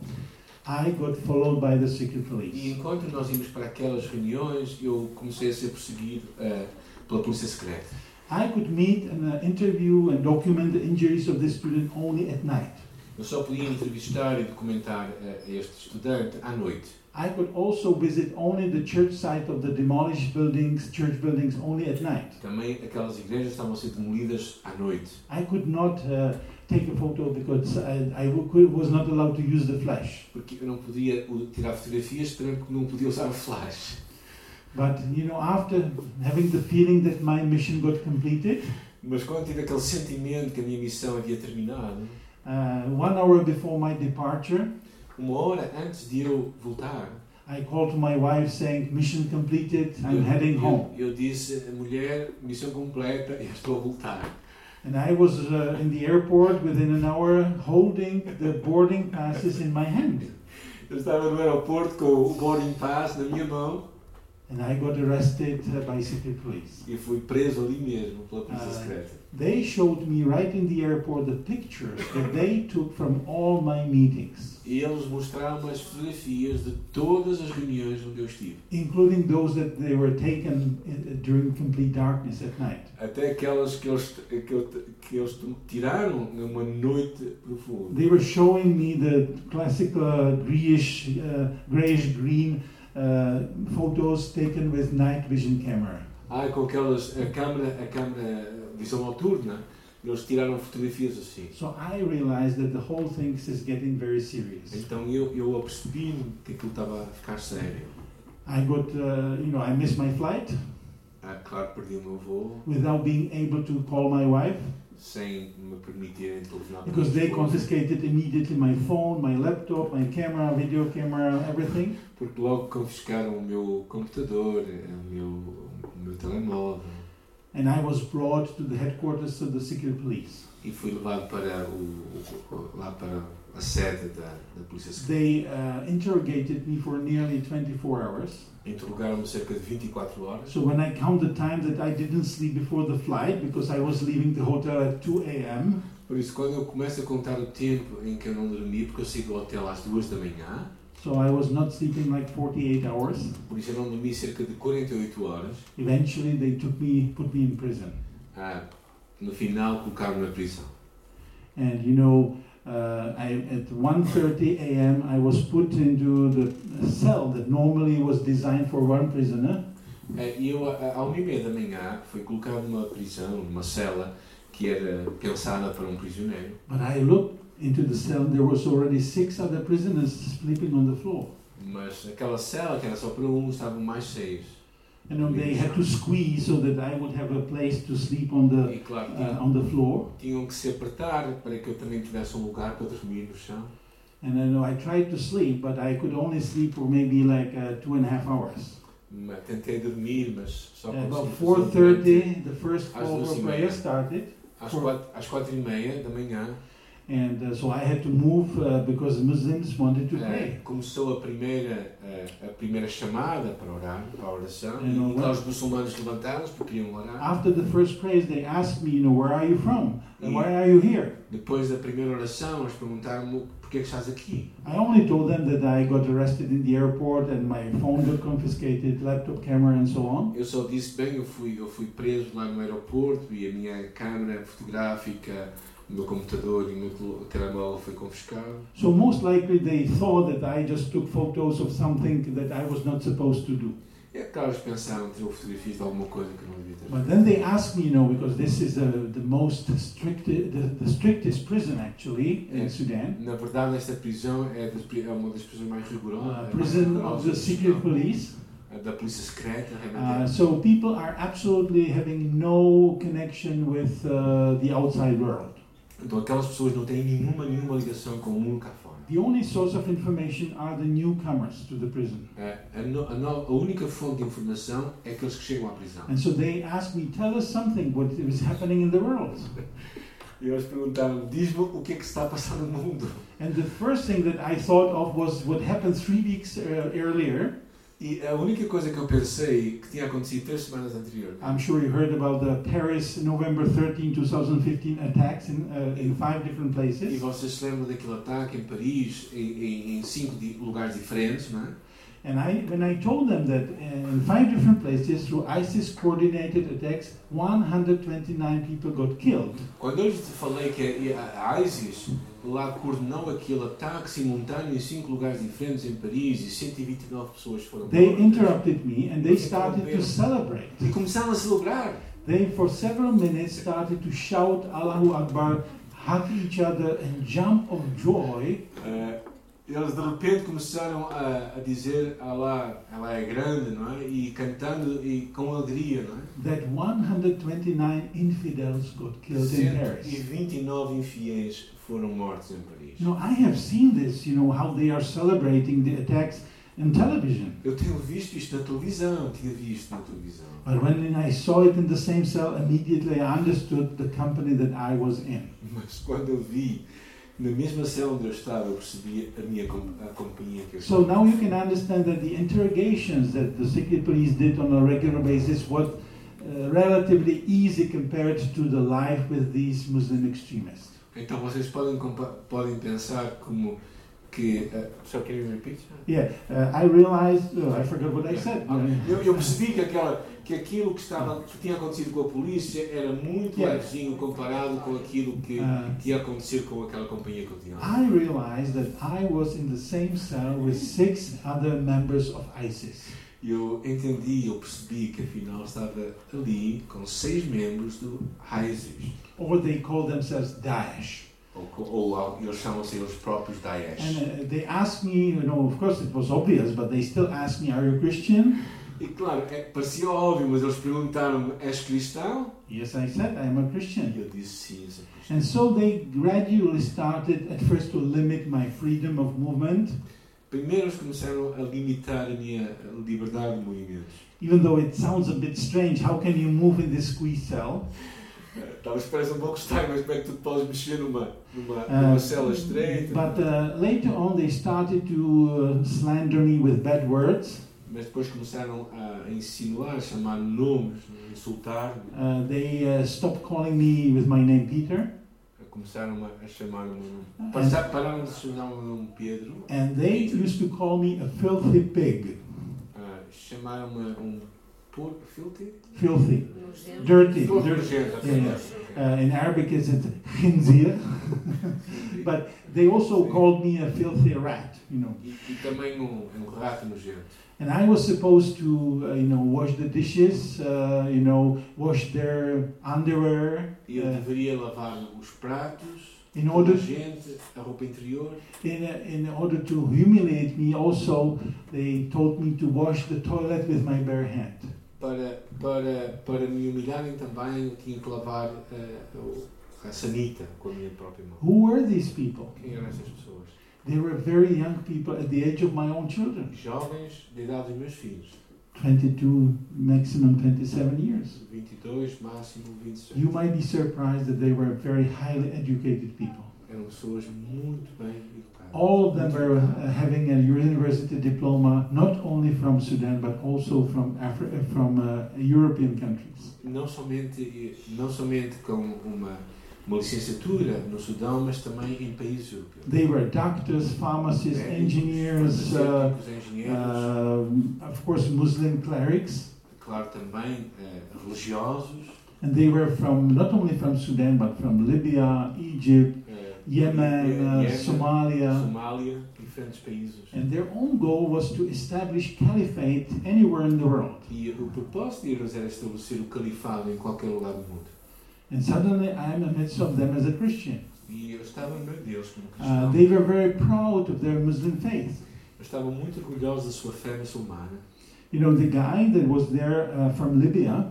Speaker 3: I got followed by the secret
Speaker 1: E
Speaker 3: police.
Speaker 1: enquanto nós íamos para aquelas reuniões, eu comecei a ser perseguido eh, pela polícia secreta.
Speaker 3: I could meet and uh, interview and document the injuries of this student only at night.
Speaker 1: Eu só podia entrevistar e documentar eh, este estudante à noite.
Speaker 3: I could also visit only the church site of the demolished buildings, church buildings only at night.
Speaker 1: Também aquelas igrejas estavam a ser demolidas à noite.
Speaker 3: I could not uh, take a photo because I, I w- was not allowed to use the flash.
Speaker 1: Porque eu não podia o- tirar fotografias, também porque não podia usar <laughs> o flash.
Speaker 3: But you know, after having the feeling that my mission got completed,
Speaker 1: Mas quando tive aquele sentimento que a minha missão havia terminado,
Speaker 3: Uh, one hour before my departure,
Speaker 1: Uma hora antes de eu voltar,
Speaker 3: I called to my wife saying, Mission completed,
Speaker 1: eu,
Speaker 3: I'm heading home.
Speaker 1: eu, eu disse, mulher, missão completa, <laughs> eu estou a voltar.
Speaker 3: And I was uh, in the airport within an hour holding the boarding passes in my hand.
Speaker 1: Eu estava no aeroporto com o boarding pass na minha mão
Speaker 3: And I got arrested uh, by secret police.
Speaker 1: e fui preso ali mesmo pela polícia
Speaker 3: Ah.
Speaker 1: secreta.
Speaker 3: They showed me right in the airport the pictures that they took from all my meetings,
Speaker 1: E eles mostraram as fotografias de todas as reuniões onde eu estive.
Speaker 3: including those that they were taken in, during complete darkness at night.
Speaker 1: Até aquelas que eles, que eu, que eles tiraram numa noite profunda.
Speaker 3: They were showing me the classic uh, grayish, uh, grayish green uh, photos taken with night vision camera.
Speaker 1: Ah, com aquelas, a câmera, a câmera visão noturna, eles tiraram fotografias assim.
Speaker 3: So I realized that the whole thing is getting very serious.
Speaker 1: Então eu, eu apercebi-me que aquilo estava a ficar sério.
Speaker 3: I got, uh, you know, I missed my flight
Speaker 1: Ah, claro, perdi o meu voo,
Speaker 3: without being able to call my wife
Speaker 1: sem me permitirem telefonar para
Speaker 3: because they
Speaker 1: Lisboa,
Speaker 3: confiscated immediately my phone, my laptop, my camera, video camera, everything.
Speaker 1: Porque logo confiscaram o meu computador, o meu, o meu telemóvel.
Speaker 3: And I was brought to the headquarters of the secret police.
Speaker 1: E fui levado para o, o- lá para a sede da, da Polícia Secreta.
Speaker 3: They uh, interrogated me for nearly 24 hours.
Speaker 1: Interrogaram-me cerca de 24 horas.
Speaker 3: So when I count the time that I didn't sleep before the flight because I was leaving the hotel at 2 a.m.,
Speaker 1: Por isso, quando eu começo a contar o tempo em que eu não dormi, porque eu saí do hotel às 2 da manhã,
Speaker 3: so I was not sleeping like 48 hours.
Speaker 1: por isso eu não dormi cerca de 48 horas,
Speaker 3: Eventually, they took me, put me in prison.
Speaker 1: ah, no final colocaram-me na prisão.
Speaker 3: And you know, uh, I, at 1:30 a.m., I was put into the cell that normally was designed for one prisoner.
Speaker 1: Ah, E eu, a- a- à 1 e meia da manhã, fui colocado numa prisão, numa cela, que era pensada para um prisioneiro.
Speaker 3: But I looked into the cell, and there was already six other prisoners sleeping on the floor.
Speaker 1: Mas aquela cela, que era só para um, estavam mais seis.
Speaker 3: You know, they had to squeeze so that I would have a place to sleep on the
Speaker 1: E claro,
Speaker 3: uh,
Speaker 1: tinham,
Speaker 3: on the floor.
Speaker 1: tinham que se apertar para que eu também tivesse um lugar para dormir no chão.
Speaker 3: And I know I tried to sleep, but I could only sleep for maybe like uh, two and a half hours.
Speaker 1: Mas Tentei dormir, mas só
Speaker 3: At about
Speaker 1: consegui fazer durante-
Speaker 3: 4:30, the first
Speaker 1: I was
Speaker 3: call for
Speaker 1: losing
Speaker 3: prayer
Speaker 1: my-
Speaker 3: started.
Speaker 1: Às quatro, às quatro e meia da manhã
Speaker 3: And uh, so I had to move uh, because the Muslims wanted to
Speaker 1: eh,
Speaker 3: pray.
Speaker 1: começou a primeira, eh, a primeira chamada para orar, para a oração,
Speaker 3: You know
Speaker 1: e
Speaker 3: what?
Speaker 1: lá os muçulmanos levantaram-se porque queriam orar.
Speaker 3: After the first prayers, they asked me, you know, where are you from? And
Speaker 1: Yeah.
Speaker 3: why are you here?
Speaker 1: Depois da primeira oração, eles perguntaram-me porquê é que estás aqui.
Speaker 3: I only told them that I got arrested in the airport and my phone got confiscated, laptop camera, and so on.
Speaker 1: Eu só disse, bem, eu fui, eu fui preso lá no aeroporto e a minha câmera fotográfica, o meu computador e o meu tele- telemóvel foi confiscado.
Speaker 3: So most likely they thought that I just took photos of something that I was not supposed to do.
Speaker 1: É claro, eles pensaram que eu fotografias de alguma coisa que eu não devia ter
Speaker 3: But then they asked me, you know, because this is uh, the most strict, the, the strictest prison actually in
Speaker 1: Yeah.
Speaker 3: Sudan,
Speaker 1: Na verdade, esta prisão é, das pri- é uma das prisões mais rigorosas. É
Speaker 3: uh, prison of
Speaker 1: rigorosas
Speaker 3: the secret
Speaker 1: não?
Speaker 3: police.
Speaker 1: A da polícia secreta,
Speaker 3: Uh,
Speaker 1: realmente.
Speaker 3: so people are absolutely having no connection with uh, the outside world.
Speaker 1: Então, aquelas pessoas não têm nenhuma, nenhuma ligação com o mundo cá fora.
Speaker 3: The only source of information are the newcomers to the prison.
Speaker 1: É, A, no- a no- a única fonte de informação é aqueles que chegam à prisão.
Speaker 3: And so they asked me, tell us something, what is happening in the world.
Speaker 1: E eles perguntaram: diz-me o que é que se está a passar no mundo.
Speaker 3: And the first thing that I thought of was what happened three weeks uh, earlier.
Speaker 1: E a única coisa que eu pensei que tinha acontecido três semanas anterior.
Speaker 3: I'm sure you heard about the Paris November 13, 2015 attacks in, uh, in five different
Speaker 1: E
Speaker 3: places.
Speaker 1: vocês se lembram daquele ataque em Paris, em, em- em cinco di- lugares diferentes, não é?
Speaker 3: And I, when I told them that uh, in five different places through ISIS coordinated attacks, 129 people got killed.
Speaker 1: Quando eu lhes falei que a a ISIS lá coordenou aquele ataque simultâneo em cinco lugares diferentes em Paris e 129 pessoas foram
Speaker 3: They
Speaker 1: mortas.
Speaker 3: interrupted me and they started to celebrate.
Speaker 1: E começaram a celebrar.
Speaker 3: They, for several minutes, started to shout Allahu Akbar, hug each other, and jump of joy.
Speaker 1: Eh, eles de repente começaram a, a dizer Allah, ela é grande, não é? E cantando e com alegria, não é?
Speaker 3: that 129 infidels got killed in Paris.
Speaker 1: 129 infiéis foram mortos em Paris.
Speaker 3: You know, I have seen this, you know, how they are celebrating the attacks in television.
Speaker 1: Eu tenho visto isto na televisão, tinha visto na televisão.
Speaker 3: But when I saw it in the same cell, immediately I understood the company that I was in.
Speaker 1: Mas quando eu vi na mesma cela onde eu estava, eu percebi a minha com- a companhia que eu
Speaker 3: So
Speaker 1: estava.
Speaker 3: now you can understand that the interrogations that the secret police did on a regular basis was uh, relatively easy compared to the life with these Muslim extremists.
Speaker 1: Então vocês podem, compa- podem pensar como que. Uh, só queria repeat?
Speaker 3: Yeah, uh, I realized, uh, I forgot what I said.
Speaker 1: Eu, eu percebi que, aquela, que aquilo que, estava, que tinha acontecido com a polícia era muito
Speaker 3: Yeah.
Speaker 1: levezinho comparado com aquilo que,
Speaker 3: Uh,
Speaker 1: que ia acontecer com aquela companhia que eu tinha.
Speaker 3: I realized that I was in the same cell with six other members of ISIS.
Speaker 1: Eu entendi, eu percebi que afinal estava ali com seis membros do ISIS.
Speaker 3: Or they call themselves Daesh.
Speaker 1: Ou, co- ou al- eles chamam-se eles próprios
Speaker 3: And
Speaker 1: Daesh.
Speaker 3: uh, they asked me, you know, of course it was obvious, but they still asked me, Are you Christian?
Speaker 1: E claro, é, parecia óbvio, mas eles perguntaram-me: és cristão?
Speaker 3: Yes, I said, I am a Christian.
Speaker 1: E eu disse sim, sou cristão.
Speaker 3: And so they gradually started at first to limit my freedom of movement,
Speaker 1: Primeiro eles começaram a limitar a minha liberdade de movimentos.
Speaker 3: even though it sounds a bit strange. How can you move in this squeeze cell?
Speaker 1: Eh, Talvez pareça um pouco estranho, mas como é que tu podes mexer numa, numa,
Speaker 3: Ah,
Speaker 1: numa cela estreita?
Speaker 3: But uh, later on, they started to uh, slander me with bad words.
Speaker 1: Mas depois começaram a insinuar, chamar nomes, insultar-me.
Speaker 3: Uh, they uh, stopped calling me with my name Peter,
Speaker 1: Começaram a, a chamar o meu nome.
Speaker 3: Ah,
Speaker 1: Passa- Pararam de chamar o meu nome Pedro.
Speaker 3: and they used to call me a filthy pig,
Speaker 1: Ah, Chamaram-me um por filthy?
Speaker 3: filthy,
Speaker 4: Nojento.
Speaker 3: dirty.
Speaker 1: Por
Speaker 3: dirty.
Speaker 1: nojento,
Speaker 3: É, é.
Speaker 1: ok.
Speaker 3: Uh, in Arabic, it's khinzir. but they also called me a filthy rat, you know.
Speaker 1: E, e também um, um rato nojento.
Speaker 3: And I was supposed to, uh, you know, wash the dishes, uh, you know, wash their underwear
Speaker 1: E eu
Speaker 3: É.
Speaker 1: deveria lavar os pratos,
Speaker 3: in
Speaker 1: toda a
Speaker 3: order
Speaker 1: gente, a roupa interior.
Speaker 3: in, in order to humiliate me. Also, they told me to wash the toilet with my bare hand.
Speaker 1: Para, para, para me humilharem também, eu tinha que lavar eh, o- a sanita com a minha própria mão.
Speaker 3: Who were these people?
Speaker 1: Quem eram essas pessoas?
Speaker 3: They were very young people at the age of my own children,
Speaker 1: Jovens da idade dos meus filhos.
Speaker 3: 22, maximum 27 years.
Speaker 1: 22, máximo 26.
Speaker 3: You might be surprised that they were very highly educated people.
Speaker 1: Eram pessoas muito bem educadas.
Speaker 3: All of them
Speaker 1: Muito
Speaker 3: were
Speaker 1: educadas.
Speaker 3: uh, having a university diploma, not only from Sudan but also from Afri- uh, from uh, European countries.
Speaker 1: Não somente, não somente com uma, uma licenciatura no Sudão, mas também em países europeus. É,
Speaker 3: They were doctors, pharmacists,
Speaker 1: Médicos,
Speaker 3: engineers, uh,
Speaker 1: farmacêuticos, engenheiros,
Speaker 3: um of course, Muslim clerics,
Speaker 1: claro, também eh, religiosos,
Speaker 3: and they were from not only from Sudan but from Libya, Egypt,
Speaker 1: eh,
Speaker 3: Yemen, uh,
Speaker 1: Iémen,
Speaker 3: Somalia.
Speaker 1: Somália, diferentes países.
Speaker 3: And their own goal was to establish caliphate anywhere in the world.
Speaker 1: E o propósito deles era estabelecer o califado em qualquer lugar do mundo.
Speaker 3: And suddenly, I am amidst of them as a Christian.
Speaker 1: E eu estava no meio deles como
Speaker 3: Uh,
Speaker 1: cristão.
Speaker 3: they were very proud of their Muslim faith.
Speaker 1: Eu estava muito orgulhoso da sua fé muçulmana.
Speaker 3: You know, the guy that was there uh, from Libya,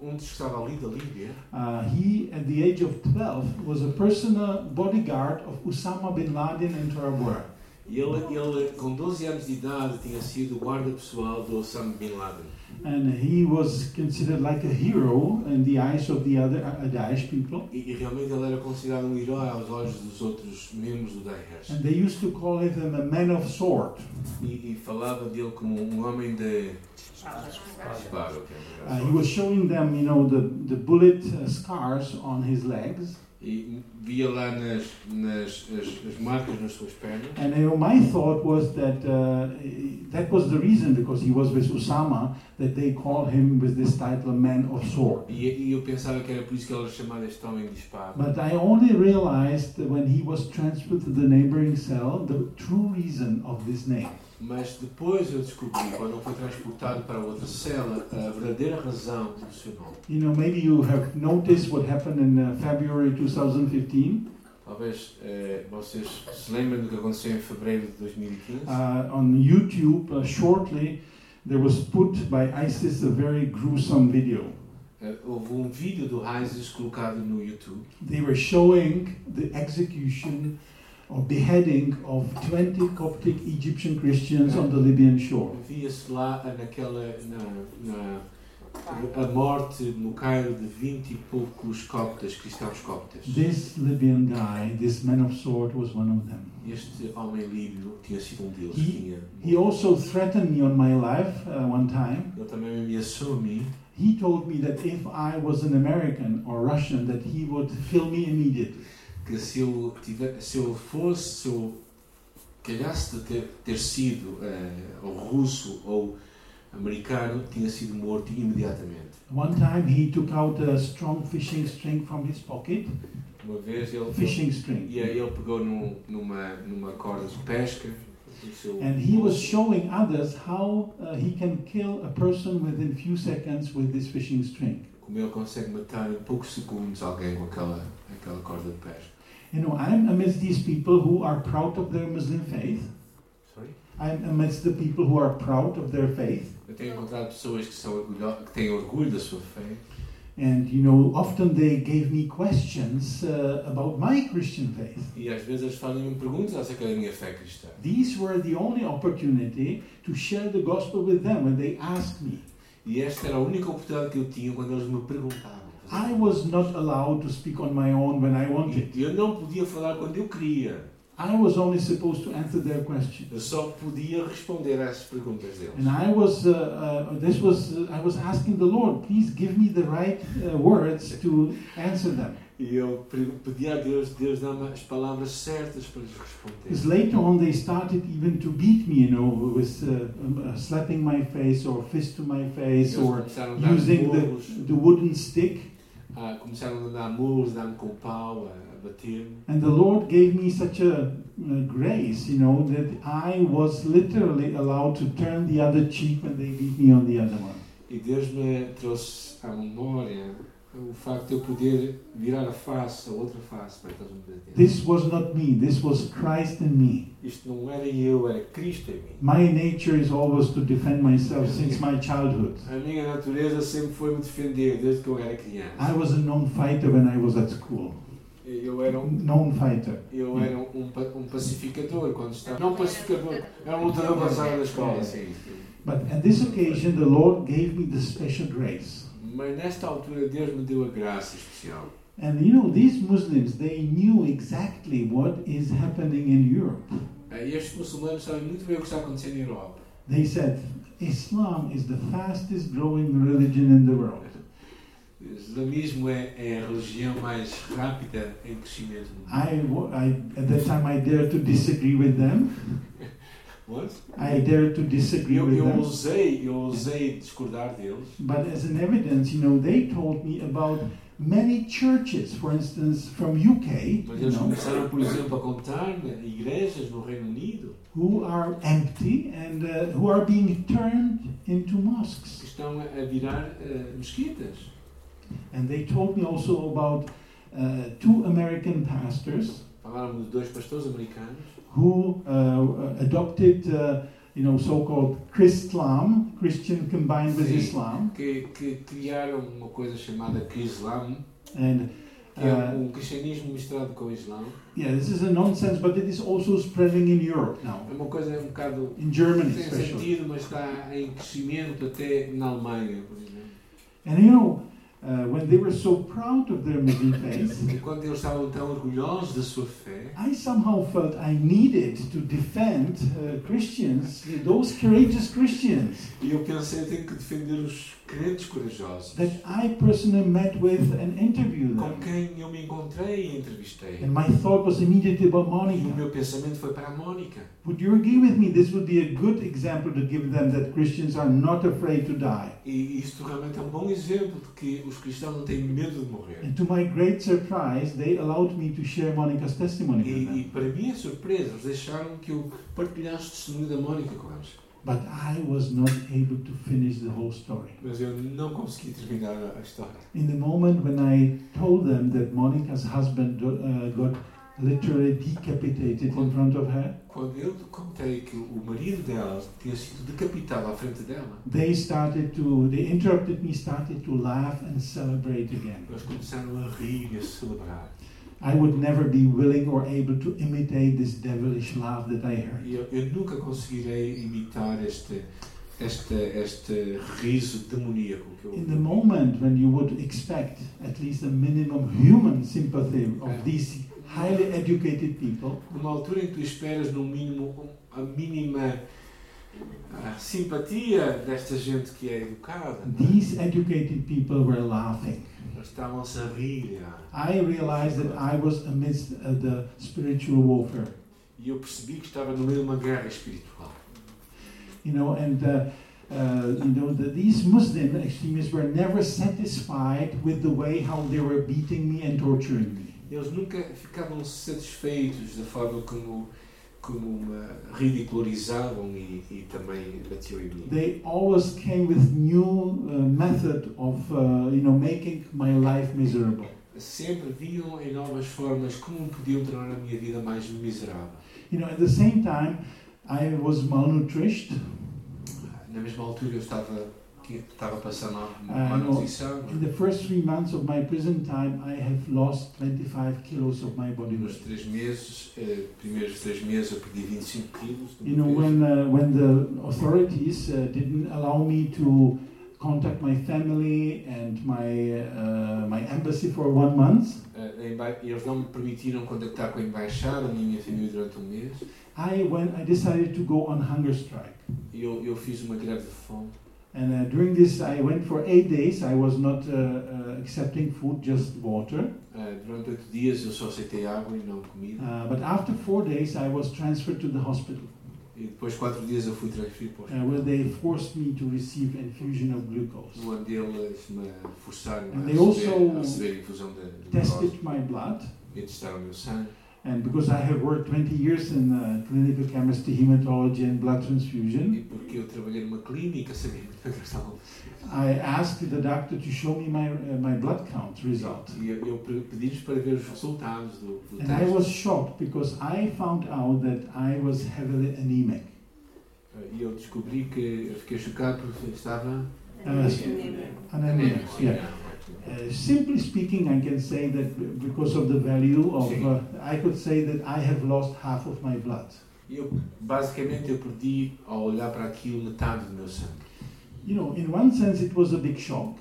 Speaker 1: Um dos que estava ali da Líbia,
Speaker 3: uh, he, at the age of 12, was a personal bodyguard of Osama bin Laden in Tarabur.
Speaker 1: e ele, ele com 12 anos de idade tinha sido guarda pessoal do Osama Bin Laden.
Speaker 3: And he was considered like a hero in the eyes of the other uh, Daesh people.
Speaker 1: E, e realmente ele era considerado um herói aos olhos dos outros membros do Daesh.
Speaker 3: And they used to call him a man of sword.
Speaker 1: E, e falava dele como um homem de é espada. ok,
Speaker 3: Uh, he was showing them, you know, the, the bullet uh, scars on his legs.
Speaker 1: E via lá nas, nas as, as marcas nas suas pernas.
Speaker 3: And you know, my thought was that uh, that was the reason, because he was with Osama, that they call him with this title, man of sword.
Speaker 1: E, e eu pensava que era por isso que ele era chamado este homem de espada.
Speaker 3: But I only realized that when he was transferred to the neighboring cell the true reason of this name.
Speaker 1: Mas depois eu descobri, quando ele foi transportado para outra cela, a verdadeira razão do seu nome.
Speaker 3: You know, maybe you have noticed what happened in uh, February 2015.
Speaker 1: Talvez eh, vocês se lembrem do que aconteceu em fevereiro de 2015.
Speaker 3: Uh, on YouTube, uh, shortly, there was put by ISIS a very gruesome video.
Speaker 1: Eh, houve um vídeo do ISIS colocado no YouTube
Speaker 3: They were showing the execution or beheading of 20 Coptic Egyptian Christians on the Libyan shore.
Speaker 1: Via-se lá a- naquela. Na, na, a morte no Cairo de 20 e poucos coptas, cristãos coptas.
Speaker 3: This Libyan guy, this man of sword, was one of them.
Speaker 1: Este homem líbio tinha sido um deles.
Speaker 3: E-
Speaker 1: Tinha,
Speaker 3: He also threatened me on my life uh, one time.
Speaker 1: ele também me ameaçou a mim.
Speaker 3: He told me that if I was an American or Russian, that he would kill me immediately.
Speaker 1: que se eu, tiver, se eu fosse, se eu calhasse de ter, ter sido eh, ou russo ou americano, tinha sido morto imediatamente.
Speaker 3: One time he took out a strong fishing string from his pocket.
Speaker 1: Uma vez ele,
Speaker 3: Fishing string.
Speaker 1: e aí ele pegou num, numa, numa corda de pesca. um o seu-
Speaker 3: And he was showing others how uh, he can kill a person within few seconds with this fishing string.
Speaker 1: Como ele consegue matar em poucos segundos alguém com aquela, aquela corda de pesca.
Speaker 3: You know, I'm amidst these people who are proud of their Muslim faith.
Speaker 1: Sorry?
Speaker 3: I'm amidst the people who are proud of their faith.
Speaker 1: Eu tenho encontrado pessoas que, são orgulho, que têm orgulho da sua fé
Speaker 3: And, you know, often they gave me questions uh, about my Christian faith.
Speaker 1: e às vezes eles fazem-me perguntas acerca da minha fé cristã.
Speaker 3: These were the only opportunity to share the gospel with them when they asked me.
Speaker 1: E esta era a única oportunidade que eu tinha quando eles me perguntavam.
Speaker 3: I was not allowed to speak on my own when I wanted.
Speaker 1: E eu não podia falar quando eu queria.
Speaker 3: I was only supposed to answer their questions.
Speaker 1: Eu só podia responder às perguntas
Speaker 3: And
Speaker 1: deles.
Speaker 3: I was, uh, uh, this was, uh, I was asking the Lord, please give me the right uh, words to answer them.
Speaker 1: E eu pre- pedi a Deus, Deus dá-me as palavras certas para lhes
Speaker 3: Because
Speaker 1: responder.
Speaker 3: later on, they started even to beat me, you know, with uh, um, uh, slapping my face or fist to my face
Speaker 1: Eles
Speaker 3: or
Speaker 1: começaram a dar
Speaker 3: using
Speaker 1: murros,
Speaker 3: the, the wooden stick.
Speaker 1: ah, começaram a dar murros, dar-me com o pau, a, a bater-me.
Speaker 3: And the Lord gave me such a uh, grace, you know, that I was literally allowed to turn the other cheek when they beat me on the other one.
Speaker 1: E Deus me trouxe à memória o facto de eu poder virar a face, a outra face, para que eles me baterem.
Speaker 3: This was not me, this was Christ in me.
Speaker 1: Isto não era eu, era Cristo em mim.
Speaker 3: My nature is always to defend myself since my childhood.
Speaker 1: A minha natureza sempre foi me defender, desde que eu era criança.
Speaker 3: I was a known fighter when I was at school.
Speaker 1: Eu era um,
Speaker 3: Known fighter.
Speaker 1: eu era um, pa- um pacificador quando estava. Não pacificador, era um lutador avançado da escola. Sim.
Speaker 3: But at this occasion, the Lord gave me this special grace.
Speaker 1: Mas nesta altura Deus me deu a graça especial.
Speaker 3: And you know, these Muslims, they knew exactly what is happening in Europe.
Speaker 1: Eh, Estes muçulmanos sabem muito bem o que está acontecendo na Europa.
Speaker 3: They said, Islam is the fastest growing religion in the world.
Speaker 1: O islamismo é, é a religião mais rápida em crescimento no mundo.
Speaker 3: I, wa- I, at that time, I dared to disagree with them.
Speaker 1: What?
Speaker 3: I dared to disagree
Speaker 1: Eu,
Speaker 3: with
Speaker 1: eu
Speaker 3: them.
Speaker 1: ousei, eu ousei discordar deles.
Speaker 3: But as an evidence, you know, they told me about many churches, for instance, from UK,
Speaker 1: Mas
Speaker 3: you
Speaker 1: eles
Speaker 3: know,
Speaker 1: começaram, por exemplo, a contar né, igrejas no Reino Unido
Speaker 3: who are empty and uh, who are being turned into
Speaker 1: que
Speaker 3: mosques.
Speaker 1: estão a virar eh, mesquitas.
Speaker 3: And they told me also about uh, two American pastors
Speaker 1: Falaram de dois pastores americanos
Speaker 3: who uh, adopted, uh, you know, so-called Christlam, Christian combined with
Speaker 1: Sí.
Speaker 3: Islam,
Speaker 1: que, que criaram uma coisa chamada Islam,
Speaker 3: and
Speaker 1: que é
Speaker 3: uh,
Speaker 1: um cristianismo misturado com o Islã.
Speaker 3: yeah, this is a nonsense, but it is also spreading in Europe
Speaker 1: É
Speaker 3: now,
Speaker 1: uma coisa um bocado
Speaker 3: in Germany
Speaker 1: sem
Speaker 3: especially.
Speaker 1: sentido, mas está em crescimento até na Alemanha, por exemplo.
Speaker 3: And you know, uh, when they were so proud of their Muslim faith,
Speaker 1: Enquanto eles estavam tão orgulhosos da sua fé,
Speaker 3: I somehow felt I needed to defend uh, Christians, those courageous Christians
Speaker 1: e eu pensei, eu tenho que defender os crentes corajosos,
Speaker 3: that I personally met with and interviewed
Speaker 1: com
Speaker 3: them.
Speaker 1: quem eu me encontrei e entrevistei.
Speaker 3: And my thought was immediately about
Speaker 1: E o
Speaker 3: Monica.
Speaker 1: meu pensamento foi para a Mónica.
Speaker 3: Would you agree with me? This would be a good example to give them that Christians are not afraid to die.
Speaker 1: E isto realmente é um bom exemplo de que os cristãos não têm medo de morrer.
Speaker 3: And to my great surprise, they allowed me to share Monica's testimony with
Speaker 1: E, e
Speaker 3: them.
Speaker 1: para minha surpresa, eles deixaram que eu partilhasse o testemunho da Mónica com eles.
Speaker 3: But I was not able to finish the whole story.
Speaker 1: Mas eu não consegui terminar a- a história.
Speaker 3: In the moment when I told them that Monica's husband uh, got literally decapitated in front of her.
Speaker 1: Quando eu lhe contei que o marido dela tinha sido decapitado à frente dela,
Speaker 3: They started to, they interrupted me, started to laugh and celebrate again.
Speaker 1: eles começaram a rir e a celebrar.
Speaker 3: I would never be willing or able to imitate this devilish laugh that I heard.
Speaker 1: E eu, eu nunca conseguirei imitar este, este, este riso demoníaco que eu
Speaker 3: In the moment when you would expect at least a minimum human sympathy of these highly educated people,
Speaker 1: Numa altura em que tu esperas, no mínimo, a mínima ah, simpatia desta gente que é educada, não é?
Speaker 3: these educated people were laughing.
Speaker 1: eles estavam-se a rir. ah.
Speaker 3: I realized that I was amidst uh, the spiritual warfare,
Speaker 1: E eu percebi que estava no meio de uma guerra espiritual.
Speaker 3: you know, and uh, uh, you know that these Muslim extremists were never satisfied with the way how they were beating me and torturing me.
Speaker 1: Eles nunca ficavam satisfeitos da forma como, como me ridicularizavam e, e também batiam em mim.
Speaker 3: They always came with new uh, method of uh, you know making my life miserable.
Speaker 1: Sempre viam em novas formas como podiam tornar a minha vida mais miserável.
Speaker 3: You know, at the same time, I was malnourished.
Speaker 1: Ah, Na mesma altura eu estava, que- estava passando uma é?
Speaker 3: Ah,
Speaker 1: uma
Speaker 3: não.
Speaker 1: malnutrição.
Speaker 3: In the first three months of my prison time, I have lost 25 kilos of my body
Speaker 1: Nos
Speaker 3: weight.
Speaker 1: três meses, eh, primeiros três meses, eu perdi 25 quilos. de
Speaker 3: You know,
Speaker 1: uma vez.
Speaker 3: when uh, when the authorities uh, didn't allow me to contact my family and my uh, my embassy for one month,
Speaker 1: Eh, a emba- eles não me permitiram contactar com a embaixada nem a minha família durante um mês.
Speaker 3: I went. I decided to go on hunger strike.
Speaker 1: E eu, eu fiz uma greve de fome.
Speaker 3: And uh, during this, I went for eight days. I was not uh, uh, accepting food, just water.
Speaker 1: Eh, durante oito dias eu só aceitei água e não comida.
Speaker 3: Uh, but after four days, I was transferred to the hospital,
Speaker 1: E depois de quatro dias eu fui transferido para o
Speaker 3: uh, where they forced me to receive infusion of glucose.
Speaker 1: hospital, onde eles me forçaram a
Speaker 3: And they
Speaker 1: receber,
Speaker 3: also
Speaker 1: a receber infusão de, de glucose.
Speaker 3: Tested my blood,
Speaker 1: E testaram o meu sangue.
Speaker 3: and because I have worked 20 years in uh, clinical chemistry, hematology, and blood transfusion,
Speaker 1: E porque eu trabalhei numa clínica, <laughs> sabia muito bem o que eu estava a fazer.
Speaker 3: I asked the doctor to show me my uh, my blood count result.
Speaker 1: E eu, eu pe- pedi-lhes para ver os resultados do, do
Speaker 3: And I
Speaker 1: teste.
Speaker 3: was shocked because I found out that I was heavily anemic.
Speaker 1: Eh, E eu descobri que eu fiquei chocado porque estava.
Speaker 3: Uh, anemic, yeah.
Speaker 1: Sim,
Speaker 3: Uh, simply speaking, I can say that b- because of the value of,
Speaker 1: Sim.
Speaker 3: uh, I could say that I have lost half of my blood.
Speaker 1: E eu, basicamente, eu perdi, ao olhar para aquilo, metade do meu sangue.
Speaker 3: You know, in one sense, it was a big shock,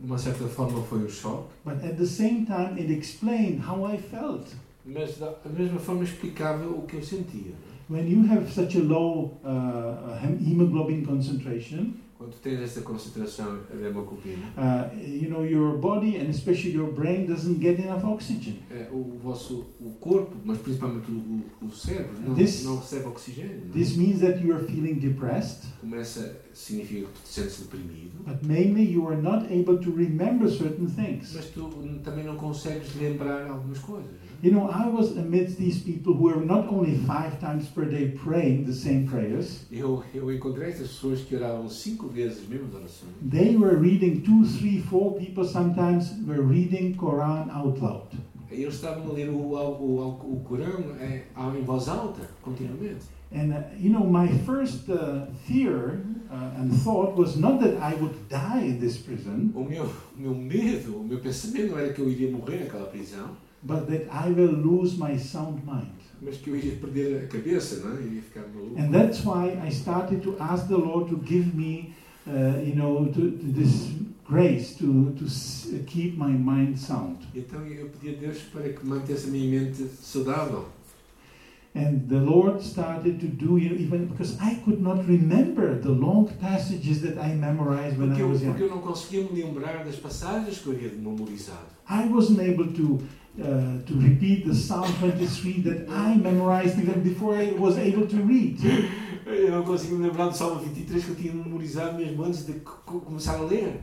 Speaker 1: De uma certa forma, foi um choque,
Speaker 3: but at the same time, it explained how I felt.
Speaker 1: mas da da mesma forma explicava o que eu sentia. não é?
Speaker 3: When you have such a low uh, hem- hemoglobin concentration,
Speaker 1: Quando tens esta concentração de hemoglobina,
Speaker 3: uh, you know, your body and especially your brain doesn't get enough oxygen.
Speaker 1: eh, o vosso o corpo, mas principalmente o, o cérebro, não,
Speaker 3: This-
Speaker 1: não recebe oxigênio. não é?
Speaker 3: This means that you are feeling depressed,
Speaker 1: Começa, significa que tu te sentes deprimido,
Speaker 3: but mainly you are not able to remember certain things.
Speaker 1: mas tu também não consegues lembrar algumas coisas. não é?
Speaker 3: You know, I was amidst these people who were not only five times per day praying the same prayers,
Speaker 1: Eu, eu encontrei essas pessoas que oravam cinco vezes as mesmas orações.
Speaker 3: they were reading two, three, four people sometimes were reading Quran out loud.
Speaker 1: Eles estavam a ler o, o, o, o Corão é, em voz alta, continuamente.
Speaker 3: And, uh, you know, my first uh, fear uh, and thought was not that I would die in this prison,
Speaker 1: O meu, o meu medo, o meu pensamento não era que eu iria morrer naquela prisão,
Speaker 3: but that I will lose my sound mind.
Speaker 1: mas que eu iria perder a cabeça, não é? Iria ficar maluco.
Speaker 3: And that's why I started to ask the Lord to give me, uh, you know, to, to this grace to, to s- keep my mind sound.
Speaker 1: Então eu pedi a Deus para que mantesse a minha mente saudável.
Speaker 3: And the Lord started to do you know, even because I could not remember the long passages that I memorized when
Speaker 1: Porque
Speaker 3: I
Speaker 1: eu,
Speaker 3: was
Speaker 1: porque eu
Speaker 3: young.
Speaker 1: não conseguia me lembrar das passagens que eu havia memorizado.
Speaker 3: I wasn't able to uh, to repeat the Psalm 23 that I memorized even before I was able to read.
Speaker 1: Eu não conseguia me lembrar do Salmo 23 que eu tinha memorizado mesmo antes de co- co- começar a ler.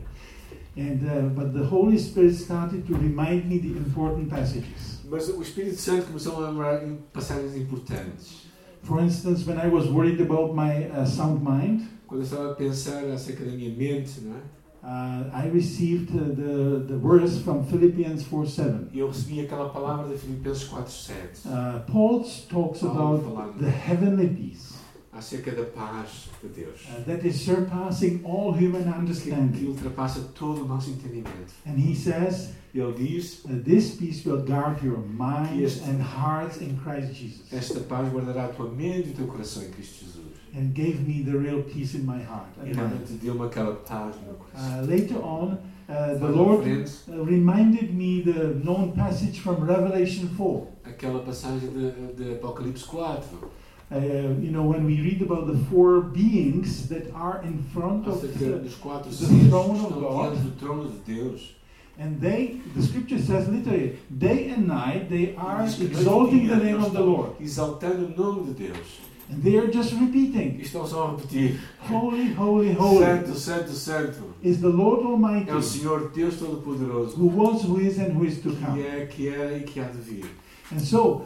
Speaker 3: And uh, but the Holy Spirit started to remind me the important passages.
Speaker 1: Mas o Espírito Santo começou a lembrar em passagens importantes.
Speaker 3: For instance, when I was worried about my uh, sound mind,
Speaker 1: Quando eu estava a pensar acerca da minha mente, não é?
Speaker 3: uh, I received uh, the, the words from Philippians 4 7.
Speaker 1: E eu recebi aquela palavra de Filipenses 4.7
Speaker 3: Uh, Paul talks
Speaker 1: Paulo
Speaker 3: about
Speaker 1: falando
Speaker 3: the heavenly peace
Speaker 1: acerca da paz de Deus
Speaker 3: uh, that is surpassing all human
Speaker 1: que, que
Speaker 3: understanding.
Speaker 1: ultrapassa todo o nosso entendimento.
Speaker 3: And he says,
Speaker 1: Ele diz:
Speaker 3: that Uh, This peace will guard your minds
Speaker 1: Yes.
Speaker 3: and hearts in Christ Jesus.
Speaker 1: Esta paz guardará a tua mente e o teu coração em Cristo Jesus.
Speaker 3: And gave me the real peace in my heart.
Speaker 1: E
Speaker 3: and mind.
Speaker 1: realmente deu-me aquela paz no meu coração.
Speaker 3: Uh, later on, uh, the
Speaker 1: Lá na
Speaker 3: Lord
Speaker 1: frente,
Speaker 3: uh, reminded me the known passage from Revelation 4.
Speaker 1: aquela passagem de, de Apocalipse 4,
Speaker 3: Uh, you know, when we read about the four beings that are in front of
Speaker 1: acerca
Speaker 3: the,
Speaker 1: dos quatro
Speaker 3: the
Speaker 1: seres que
Speaker 3: throne of
Speaker 1: estão
Speaker 3: God.
Speaker 1: diante do trono de Deus.
Speaker 3: and they, the scripture says literally, day and night they are
Speaker 1: Diz que noite e
Speaker 3: exalting
Speaker 1: dia
Speaker 3: the name
Speaker 1: eles
Speaker 3: of the
Speaker 1: estão
Speaker 3: Lord.
Speaker 1: Exaltando o nome de Deus.
Speaker 3: And they are just repeating,
Speaker 1: E estão só a repetir:
Speaker 3: Holy, holy, holy
Speaker 1: Santo, Santo, Santo.
Speaker 3: is the Lord
Speaker 1: É o
Speaker 3: Almighty,
Speaker 1: Senhor Deus Todo-Poderoso.
Speaker 3: who was, who is, and who is to
Speaker 1: Que
Speaker 3: come.
Speaker 1: é, que era e que há de vir.
Speaker 3: And so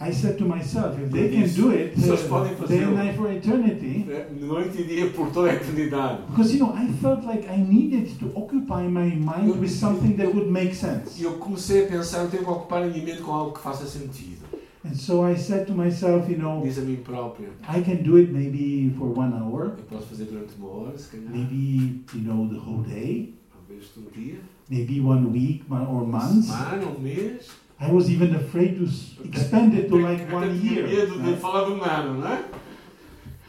Speaker 3: I said to myself, if they can
Speaker 1: Isso.
Speaker 3: do it
Speaker 1: Isso eles podem
Speaker 3: uh, day
Speaker 1: fazê-lo.
Speaker 3: and night for eternity,
Speaker 1: É, Noite e dia por toda a eternidade.
Speaker 3: Because you know, I felt like I needed to occupy my mind with something that would make sense.
Speaker 1: E eu comecei a pensar, eu tenho que ocupar a minha mente com algo que faça sentido.
Speaker 3: And so I said to myself, you know,
Speaker 1: Diz a mim próprio,
Speaker 3: I can do it maybe for one hour,
Speaker 1: eu posso fazer durante uma hora, se calhar,
Speaker 3: maybe, you know, the whole day,
Speaker 1: talvez um dia,
Speaker 3: maybe one week mon- or
Speaker 1: uma
Speaker 3: months.
Speaker 1: semana, um mês.
Speaker 3: I was even afraid to s- expand it to like
Speaker 1: Eu <laughs>
Speaker 3: one
Speaker 1: tinha
Speaker 3: year.
Speaker 1: medo de
Speaker 3: right?
Speaker 1: falar do nada, não é?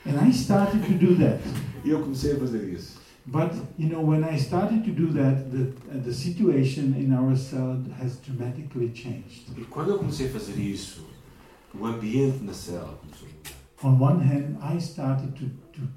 Speaker 3: And I started to do that.
Speaker 1: E eu comecei a fazer isso.
Speaker 3: But, you know, when I started to do that, the, uh, the situation in our cell has dramatically changed.
Speaker 1: E quando eu comecei a fazer isso, o ambiente na cela começou a mudar.
Speaker 3: on one hand, I started to, to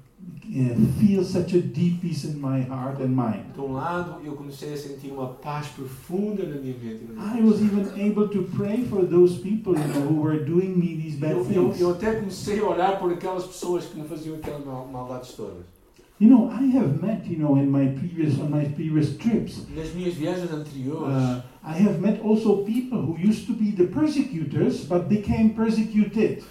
Speaker 3: uh, feel such a deep peace in my heart and mind.
Speaker 1: De um lado, eu comecei a sentir uma paz profunda na minha mente. e no meu
Speaker 3: I was
Speaker 1: coração.
Speaker 3: even able to pray for those people you know, who were doing me these bad
Speaker 1: Eu, eu,
Speaker 3: things.
Speaker 1: eu até comecei a olhar por aquelas pessoas que me faziam aquelas mal, maldades todas.
Speaker 3: You know, I have met, you know, in my previous on my previous trips,
Speaker 1: Nas minhas viagens anteriores,
Speaker 3: uh, I have met also people who used to be the persecutors but became persecuted.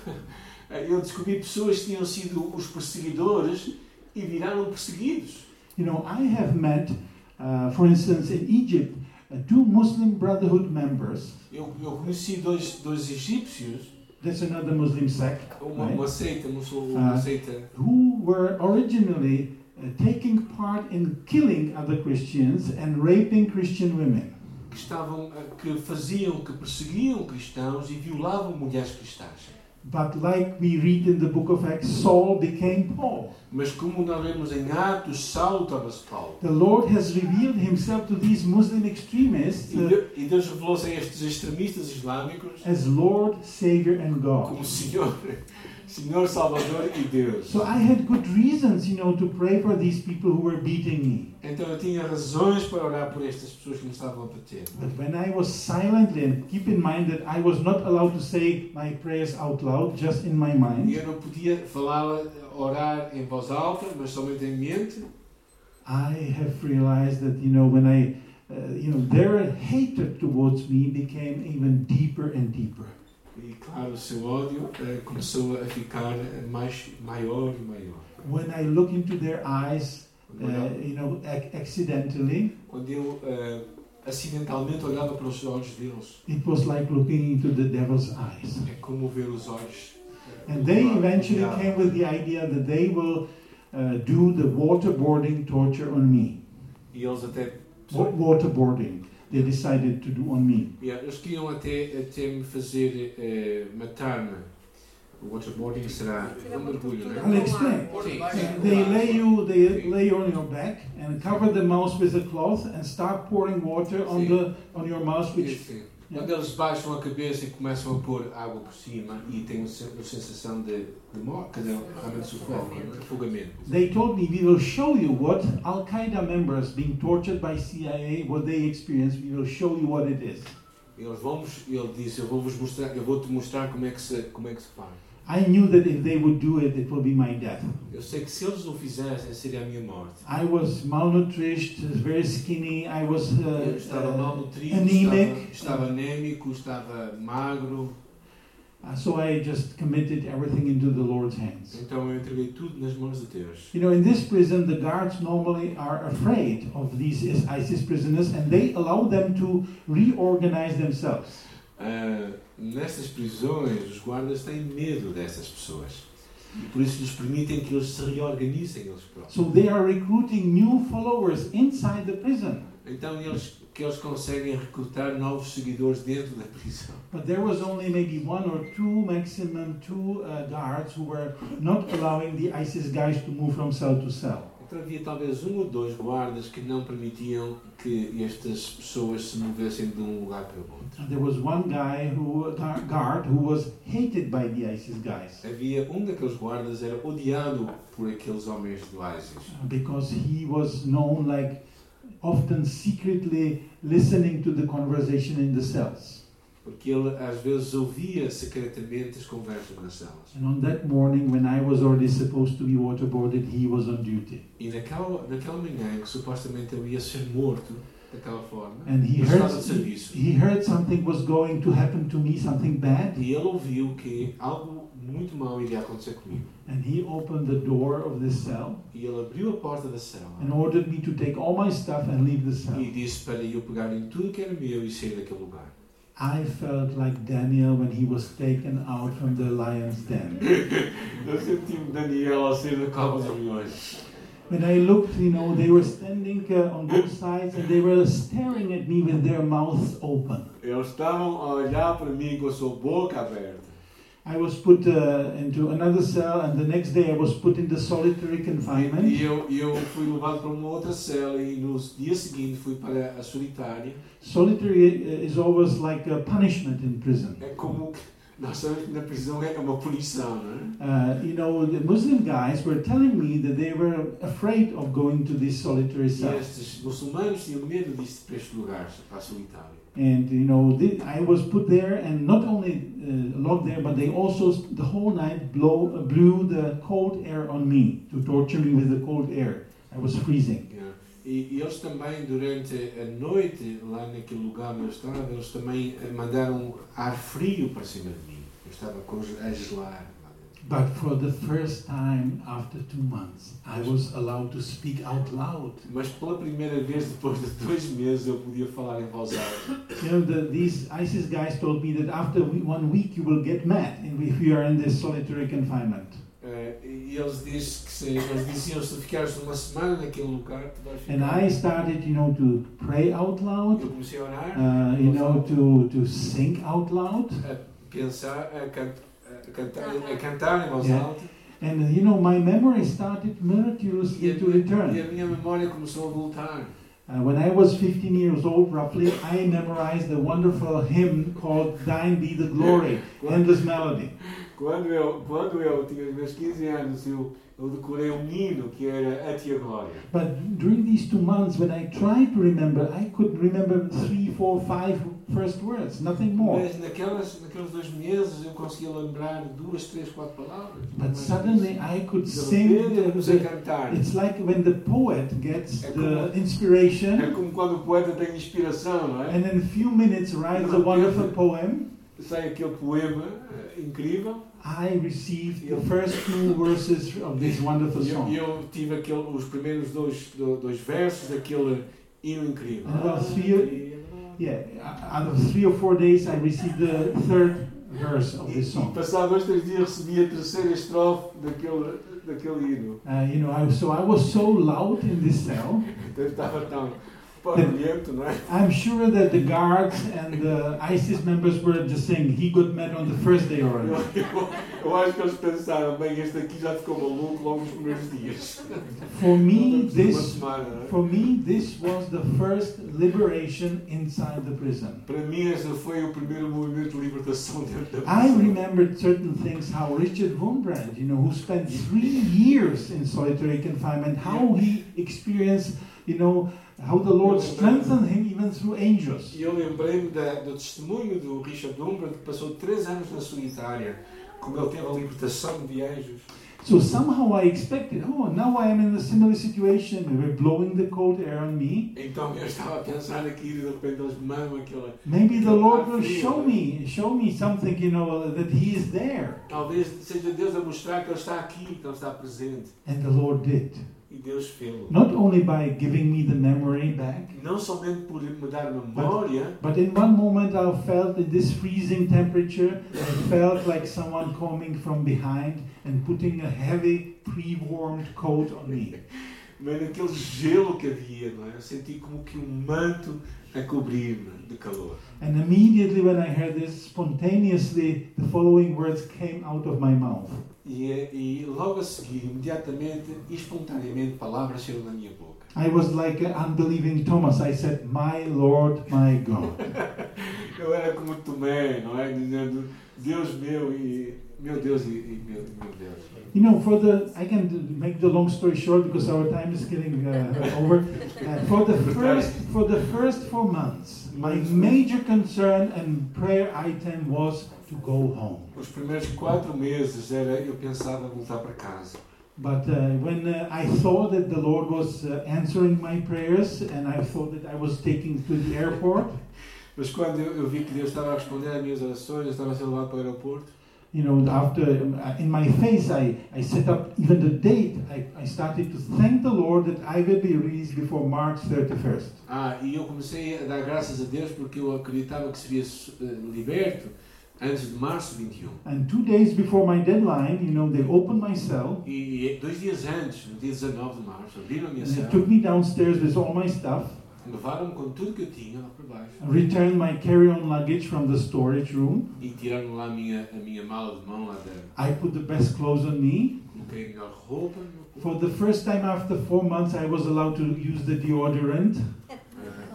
Speaker 1: eh, Eu descobri pessoas que tinham sido os perseguidores e viraram perseguidos.
Speaker 3: You know, I have met, uh, for instance, in Egypt, uh, two Muslim Brotherhood members.
Speaker 1: Eu, eu conheci dois, dois egípcios,
Speaker 3: That's another Muslim sect.
Speaker 1: uma,
Speaker 3: right?
Speaker 1: uma seita, uma, so- uma
Speaker 3: Ah.
Speaker 1: seita,
Speaker 3: who were originally uh, taking part in killing other Christians and raping Christian women.
Speaker 1: que estavam, eh, que faziam, que perseguiam cristãos e violavam mulheres cristãs.
Speaker 3: But like we read in the book of Acts, Saul became Paul.
Speaker 1: Mas como nós vemos em Atos, Saulo torna-se Paulo.
Speaker 3: The Lord has revealed himself to these Muslim extremists
Speaker 1: E,
Speaker 3: uh,
Speaker 1: Deu- e Deus revelou-se a estes extremistas islâmicos
Speaker 3: as Lord, Savior, and God.
Speaker 1: como Senhor, <laughs> Senhor Salvador e Deus.
Speaker 3: So I had good reasons, you know, to pray for these people who were beating me.
Speaker 1: Então eu tinha razões para orar por estas pessoas que me estavam a bater.
Speaker 3: But when I was silently, and keep in mind that I was not allowed to say my prayers out loud, just in my
Speaker 1: E
Speaker 3: mind,
Speaker 1: eu não podia falar, orar em voz alta, mas somente em mente.
Speaker 3: I have realized that you know when I, uh, you know, their hatred towards me became even deeper and deeper.
Speaker 1: E claro, o seu ódio eh, começou a ficar mais, maior e maior.
Speaker 3: When I look into their eyes, uh, you know, ac- accidentally,
Speaker 1: Quando eu eh, acidentalmente olhava para os olhos deles,
Speaker 3: it was like looking into the devil's eyes.
Speaker 1: é como ver os olhos. eh,
Speaker 3: And
Speaker 1: do
Speaker 3: they
Speaker 1: diabo.
Speaker 3: eventually came with the idea that they will uh, do the waterboarding torture on me.
Speaker 1: E eles até.
Speaker 3: What waterboarding they decided to do on me.
Speaker 1: Yeah, eles queriam até, até me fazer eh, matar-me. O waterboarding será um mergulho, não é?
Speaker 3: I'll explain.
Speaker 1: Sim.
Speaker 3: They lay you, they lay you on your back and cover the mouth with a cloth and start pouring water on the on your mouth, which
Speaker 1: Sim. Quando eles baixam a cabeça e começam a pôr água por cima e têm uma sen- uma sensação de, de morte, quer dizer, realmente sufoco, não é? afogamento.
Speaker 3: they told me we will show you what Al Qaeda members being tortured by CIA, what they experience. We will show you what it is.
Speaker 1: Eles vão, ele diz, eu vou vos mostrar, eu vou te mostrar como é que se, como é que se faz.
Speaker 3: I knew that if they would do it, it will be my death.
Speaker 1: Eu sei que se eles o fizessem seria a minha morte.
Speaker 3: I was malnourished, very skinny. I was
Speaker 1: Eu
Speaker 3: uh,
Speaker 1: estava
Speaker 3: uh,
Speaker 1: malnutrido,
Speaker 3: anemic.
Speaker 1: estava, estava anémico, estava magro.
Speaker 3: Uh, so I just committed everything into the Lord's hands.
Speaker 1: Então eu entreguei tudo nas mãos de Deus.
Speaker 3: You know, in this prison, the guards normally are afraid of these IS- ISIS prisoners and they allow them to reorganize themselves.
Speaker 1: Ah, nessas prisões, os guardas têm medo dessas pessoas. E por isso lhes permitem que eles se reorganizem eles próprios.
Speaker 3: So they are recruiting new followers inside the prison.
Speaker 1: Então eles, que eles conseguem recrutar novos seguidores dentro da prisão.
Speaker 3: But there was only maybe one or two, maximum two uh, guards who were not allowing the ISIS guys to move from cell to cell.
Speaker 1: Então havia talvez um ou dois guardas que não permitiam que estas pessoas se movessem de um lugar para o outro.
Speaker 3: And there was one guy who a gu- guard who was hated by the ISIS guys
Speaker 1: Havia um daqueles guardas era odiado por aqueles homens do ISIS.
Speaker 3: uh, because he was known like often secretly listening to the conversation in the cells.
Speaker 1: Porque ele às vezes ouvia secretamente as conversas nas salas.
Speaker 3: And on that morning, when I was already supposed to be waterboarded, he was on duty.
Speaker 1: E naquela, naquela manhã em que supostamente ele ia ser morto, daquela forma,
Speaker 3: And he
Speaker 1: ele estava de
Speaker 3: heard
Speaker 1: serviço.
Speaker 3: he heard something was going to happen to me, something bad.
Speaker 1: E ele ouviu que algo muito mau iria acontecer comigo.
Speaker 3: And he opened the door of this cell
Speaker 1: E ele abriu a porta da
Speaker 3: and
Speaker 1: cela
Speaker 3: ordered me to take all my stuff and leave the cell.
Speaker 1: e disse para eu pegar em tudo que era meu e sair daquele lugar.
Speaker 3: I felt like Daniel when he was taken out from the lion's den.
Speaker 1: <laughs> Eu senti-me Daniel ao sair da cova dos leões.
Speaker 3: When I looked, you know, they were standing uh, on both sides and they were staring at me with their mouths open.
Speaker 1: Eles estavam a olhar para mim com a sua boca aberta.
Speaker 3: I was put uh, into another cell, and the next day I was put into solitary
Speaker 1: E
Speaker 3: confinement.
Speaker 1: eu, e eu fui levado para uma outra cela e no dia seguinte fui para a solitária.
Speaker 3: Solitary uh, is always like a punishment in prison.
Speaker 1: É como que nós sabemos que na prisão é uma punição, não é?
Speaker 3: Uh, you know, the Muslim guys were telling me that they were afraid of going to these solitary
Speaker 1: E
Speaker 3: cells.
Speaker 1: estes muçulmanos tinham medo disso para estes lugares, para a solitária.
Speaker 3: And you know, thi- I was put there, and not only uh, locked there, but they also s- the whole night blow, uh, blew the cold air on me to torture me with the cold air. I was freezing.
Speaker 1: É. E, e eles também, durante a noite, lá naquele lugar onde eu estava, eles também eh, mandaram ar frio para cima de mim. Eu estava conge- a gelar. lá dentro.
Speaker 3: But for the first time after two months, I was allowed to speak out loud.
Speaker 1: Mas pela primeira vez, depois de dois meses, eu podia falar em voz alta.
Speaker 3: You know, the, these ISIS guys told me that after we, one week you will get mad if you are in this solitary confinement.
Speaker 1: Eh, e eles, diz que se, eles diziam: se ficares uma semana naquele lugar, tu vais
Speaker 3: And
Speaker 1: ficar.
Speaker 3: I started, you know, to pray out
Speaker 1: Eu
Speaker 3: loud,
Speaker 1: comecei a orar,
Speaker 3: uh, you know, to, to sing out loud.
Speaker 1: pensar, a, can, a, cantar, a cantar em voz
Speaker 3: Yeah.
Speaker 1: alta.
Speaker 3: And uh, you know, my memory
Speaker 1: E
Speaker 3: started
Speaker 1: a,
Speaker 3: miraculously to
Speaker 1: e a
Speaker 3: return.
Speaker 1: minha memória começou a voltar.
Speaker 3: Uh, when I was 15 years old, roughly, I memorized a wonderful hymn called Thine Be the Glory, Endless Melody.
Speaker 1: Quando eu, quando eu tinha os meus 15 anos, eu, eu decorei um hino que era A Tia Glória.
Speaker 3: But during these two months, when I tried to remember, I could remember three, four, five first words, nothing more.
Speaker 1: Mas naquelas, naqueles dois meses eu conseguia lembrar duas, três, quatro palavras.
Speaker 3: But suddenly I could
Speaker 1: de
Speaker 3: sing.
Speaker 1: repente eu
Speaker 3: the-
Speaker 1: comecei a
Speaker 3: the-
Speaker 1: cantar.
Speaker 3: It's like when the poet gets the inspiration
Speaker 1: É como quando o poeta tem inspiração, não é?
Speaker 3: and in a few minutes writes a wonderful poem.
Speaker 1: Sai aquele poema eh, incrível
Speaker 3: I received the first two verses of this wonderful
Speaker 1: e eu, e
Speaker 3: song.
Speaker 1: eu tive aquele, os primeiros dois, do- dois versos daquele hino incrível.
Speaker 3: Ah, sim. Yeah, uh, out of three or four days, I received the third verse of
Speaker 1: E,
Speaker 3: this
Speaker 1: e
Speaker 3: song.
Speaker 1: passado dois, três dias recebi a terceira estrofe daquele, daquele hino.
Speaker 3: Uh, you know, I, so I was so loud in this cell.
Speaker 1: Então ele estava tão barulhento, não é?
Speaker 3: I'm sure that the guards and the ISIS members were just saying he got mad on the first day
Speaker 1: Eu,
Speaker 3: already.
Speaker 1: eu, eu acho que eles pensaram, bem, este aqui já ficou maluco logo nos primeiros dias.
Speaker 3: For me,
Speaker 1: Uma
Speaker 3: this
Speaker 1: semana, não é?
Speaker 3: for me this was the first liberation inside the prison.
Speaker 1: Para mim, esse foi o primeiro movimento de libertação dentro da
Speaker 3: I
Speaker 1: prisão.
Speaker 3: remembered certain things how Richard Wurmbrand, you know, who spent three years in solitary confinement, how he experienced, you know, how the Lord strengthened him even through angels.
Speaker 1: E eu lembrei-me da- do testemunho do Richard Umbra, que passou três anos na solitária, como ele teve a libertação de anjos.
Speaker 3: So somehow I expected, oh, now I am in a similar situation, they were blowing the cold air on me.
Speaker 1: Então eu estava a pensar naquilo e de repente eles mandam aquela.
Speaker 3: Maybe the Lord will show me, show me something, you know, that He is there.
Speaker 1: Talvez seja Deus a mostrar que Ele está aqui, que Ele está presente.
Speaker 3: And the Lord did.
Speaker 1: E Deus fez.
Speaker 3: Not only by giving me the memory back,
Speaker 1: Não somente por me dar a memória,
Speaker 3: but in one moment I felt in this freezing temperature, I felt like someone coming from behind and putting a heavy pre-warmed coat on me.
Speaker 1: mas naquele gelo que havia, não é? Eu senti como que um manto a cobrir-me de calor.
Speaker 3: And immediately when I heard this, spontaneously the following words came out of my mouth.
Speaker 1: E, é, e logo a seguir, imediatamente e espontaneamente, palavras saíram da minha boca.
Speaker 3: I was like an unbelieving Thomas. I said, My Lord, my God.
Speaker 1: <laughs> Eu era como Tomé, não é? Dizendo, Deus meu e. Meu Deus e, e meu, meu Deus.
Speaker 3: You know, for the, I can d- make the long story short because our time is getting uh, <laughs> over. Uh, for, the first, for the first four months, my major concern and prayer item was to go home.
Speaker 1: Os primeiros quatro meses era eu pensava em voltar para casa.
Speaker 3: But uh, when uh, I saw that the Lord was uh, answering my prayers and I thought that I was taking to the airport,
Speaker 1: Mas quando eu, eu vi que Deus estava a responder às minhas orações, eu estava a ser levado para o aeroporto,
Speaker 3: you know, after uh, in my face, I, I set up even the date. I, I started to thank the Lord that I will be released before March 31st.
Speaker 1: ah, e eu comecei a dar graças a Deus porque eu acreditava que seria eh, liberto antes de um. março 21.
Speaker 3: And two days before my deadline, you know, they opened my cell.
Speaker 1: E, e dois dias antes, no dia 19 de março, abriram a minha
Speaker 3: and They
Speaker 1: cela,
Speaker 3: took me downstairs with all my stuff,
Speaker 1: levaram-me com tudo que eu tinha lá para baixo
Speaker 3: returned my carry-on luggage from the storage room.
Speaker 1: e tiraram lá a minha, a minha mala de mão lá da.
Speaker 3: I put the best clothes on me.
Speaker 1: Coloquei a melhor roupa no meu corpo.
Speaker 3: For the first time after four months, I was allowed to use the deodorant.
Speaker 1: A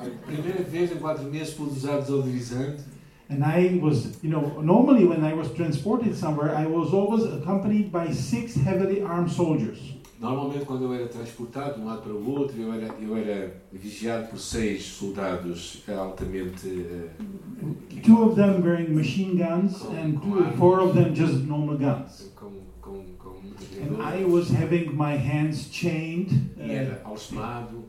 Speaker 1: É, primeira vez em quatro meses pude usar desodorizante.
Speaker 3: And I was, you know, normally when I was transported somewhere, I was always accompanied by six heavily armed soldiers.
Speaker 1: Normalmente, quando eu era transportado de um lado para o outro, eu era, eu era vigiado por seis soldados eh, altamente. eh,
Speaker 3: Two of them wearing machine guns, and two, four of them just normal guns.
Speaker 1: Com, com, com
Speaker 3: And I was having my hands chained. uh,
Speaker 1: e era algemado.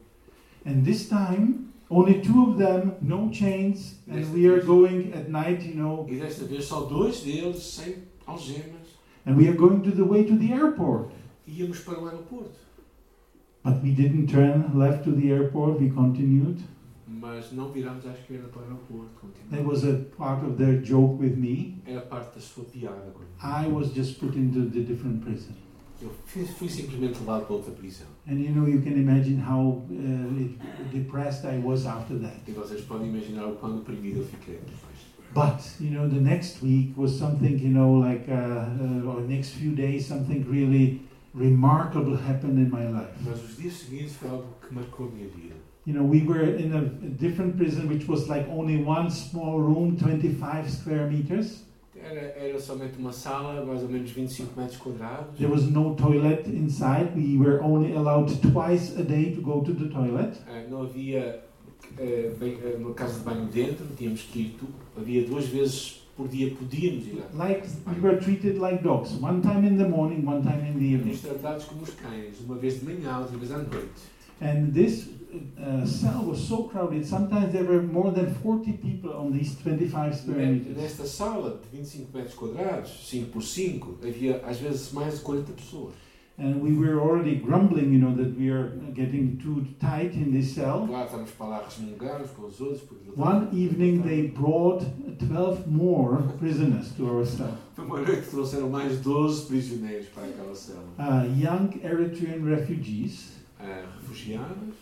Speaker 3: and this time, only two of them, no chains, and we are going at night, you know,
Speaker 1: E desta vez, só dois deles, sem algemas,
Speaker 3: and we are going to the way to the airport.
Speaker 1: íamos para o aeroporto.
Speaker 3: But we didn't turn left to the airport, we continued.
Speaker 1: Mas não virámos à esquerda para o aeroporto.
Speaker 3: That
Speaker 1: continuamos.
Speaker 3: was a part of their joke with me.
Speaker 1: Era parte da sua piada. comigo.
Speaker 3: I was just put into the different prison.
Speaker 1: Eu fui, fui simplesmente levado para outra prisão.
Speaker 3: And you know, you can imagine how uh, it- depressed I was after that.
Speaker 1: E vocês podem imaginar o quão deprimido eu fiquei depois.
Speaker 3: But you know, the next week was something, you know, like, uh, uh, or next few days, something really remarkable happened in my life.
Speaker 1: Mas os dias seguintes foi algo que marcou a minha vida.
Speaker 3: You know, we were in a, a different prison, which was like only one small room, 25 square meters.
Speaker 1: Era, era somente uma sala, mais ou menos 25 metros quadrados.
Speaker 3: There was no toilet inside. We were only allowed twice a day to go to the toilet.
Speaker 1: Ah, Não havia eh, bem- eh, uma casa de banho dentro, tínhamos que ir tu. Havia duas vezes por dia podíamos ir lá.
Speaker 3: Like we were treated like dogs, one time in the morning, one time in the evening.
Speaker 1: Éramos tratados como os cães, uma vez de manhã, outra vez à noite.
Speaker 3: And this uh, cell was so crowded, sometimes there were more than 40 people on these 25 square
Speaker 1: Ne-
Speaker 3: meters.
Speaker 1: Né, Nesta sala de 25 metros quadrados, 5 por 5, havia às vezes mais de 40 pessoas.
Speaker 3: And we were already grumbling, you know, that we are getting too tight in this cell.
Speaker 1: Claro, estávamos para lá a resmungar uns com os outros. porque-
Speaker 3: One evening, they brought 12 more prisoners to our cell.
Speaker 1: Foi uma Então, noite que trouxeram mais 12 prisioneiros para aquela cela.
Speaker 3: Uh, young Eritrean refugees
Speaker 1: Ah, refugiados.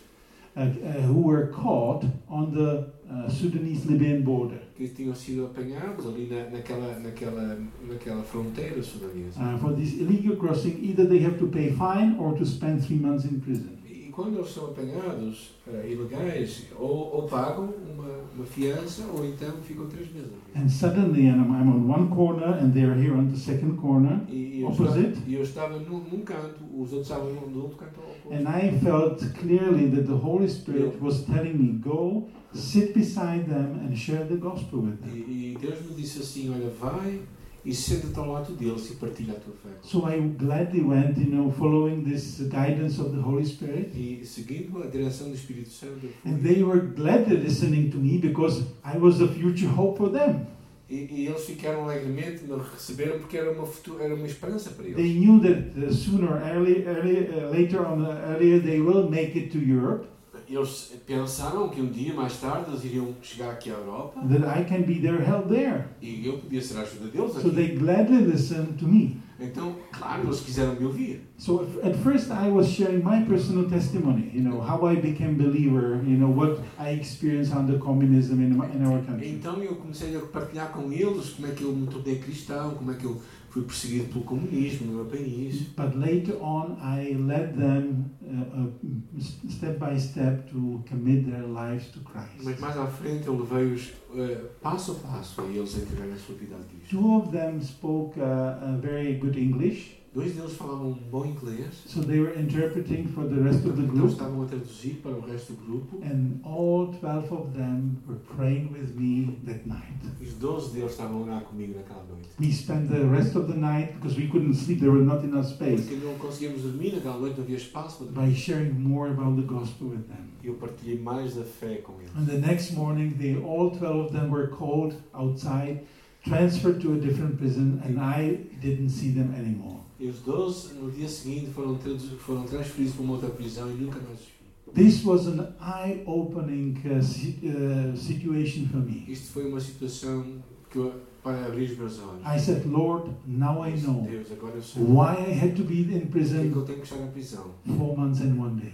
Speaker 3: uh, uh, who were caught on the uh, Sudanese Libyan border.
Speaker 1: que tinham sido apanhados ali na, naquela, naquela, naquela fronteira sudanesa.
Speaker 3: Uh, for this illegal crossing, either they have to pay fine or to spend three months in prison.
Speaker 1: E quando eles são apanhados, eh, ilegais, ou, ou pagam uma, uma fiança ou então ficam três meses. na prisão.
Speaker 3: And suddenly, and I'm, I'm on one corner, and they are here on the second corner,
Speaker 1: E eu estava,
Speaker 3: Opposite?
Speaker 1: e eu estava num, num canto, os outros estavam num, num outro canto. ao
Speaker 3: and
Speaker 1: oposto.
Speaker 3: I felt clearly that the Holy Spirit was telling me, "Go, sit beside them, and share the gospel with them."
Speaker 1: E, e Deus me disse assim: Olha, vai e senta-te ao lado deles e partilha a tua fé.
Speaker 3: So I gladly went, you know, following this guidance of the Holy Spirit.
Speaker 1: E seguindo a direção do Espírito Santo, eu fui.
Speaker 3: And they were gladly listening to me because I was the future hope for them.
Speaker 1: E, e eles ficaram alegremente, me receberam porque era uma, futura, era uma esperança para eles.
Speaker 3: They knew that uh, sooner or early, early, uh, later on, uh, earlier, they will make it to Europe,
Speaker 1: Eles pensaram que um dia mais tarde eles iriam chegar aqui à Europa
Speaker 3: that I can be their help there.
Speaker 1: e eu podia ser a ajuda deles
Speaker 3: So
Speaker 1: aqui.
Speaker 3: they gladly listened to me.
Speaker 1: Então, claro, eles quiseram me ouvir.
Speaker 3: So if- at first, I was sharing my personal testimony, you know, how I became believer, you know, what I experienced under communism in, my, in our country.
Speaker 1: Então eu comecei a partilhar com eles como é que eu me tornei cristão, como é que eu fui perseguido pelo comunismo no meu país.
Speaker 3: But later on, I led them uh, uh, s- step by step to commit their lives to
Speaker 1: Mas
Speaker 3: Christ.
Speaker 1: mais à frente eu levei-os eh, passo a passo a eles a entregarem a sua vida a Cristo.
Speaker 3: Two of them spoke uh, uh, very good English,
Speaker 1: Dois deles falavam um bom inglês,
Speaker 3: so they were interpreting for the rest of the
Speaker 1: então
Speaker 3: group.
Speaker 1: estavam a traduzir para o resto do grupo.
Speaker 3: And all 12 of them were praying with me that night.
Speaker 1: Os 12 deles estavam a orar comigo naquela noite.
Speaker 3: We spent the rest of the night because we couldn't sleep, there was not enough space,
Speaker 1: Porque não conseguíamos dormir naquela noite, não havia espaço para dormir.
Speaker 3: by sharing more about the gospel with them.
Speaker 1: E eu partilhei mais da fé com eles.
Speaker 3: And the next morning, they all 12 of them were called outside, transferred to a different prison, and I didn't see them anymore.
Speaker 1: E os 12, no dia seguinte, foram, tradu- foram transferidos para uma outra prisão e nunca mais os vi.
Speaker 3: This was an eye opening uh, si- uh, situation for me.
Speaker 1: Isto foi uma situação que eu, para abrir os meus olhos.
Speaker 3: I said, Lord, now I know
Speaker 1: Deus, agora eu sei
Speaker 3: why I had to be in
Speaker 1: porque é que
Speaker 3: prison
Speaker 1: eu tenho que estar na prisão.
Speaker 3: four months and one day.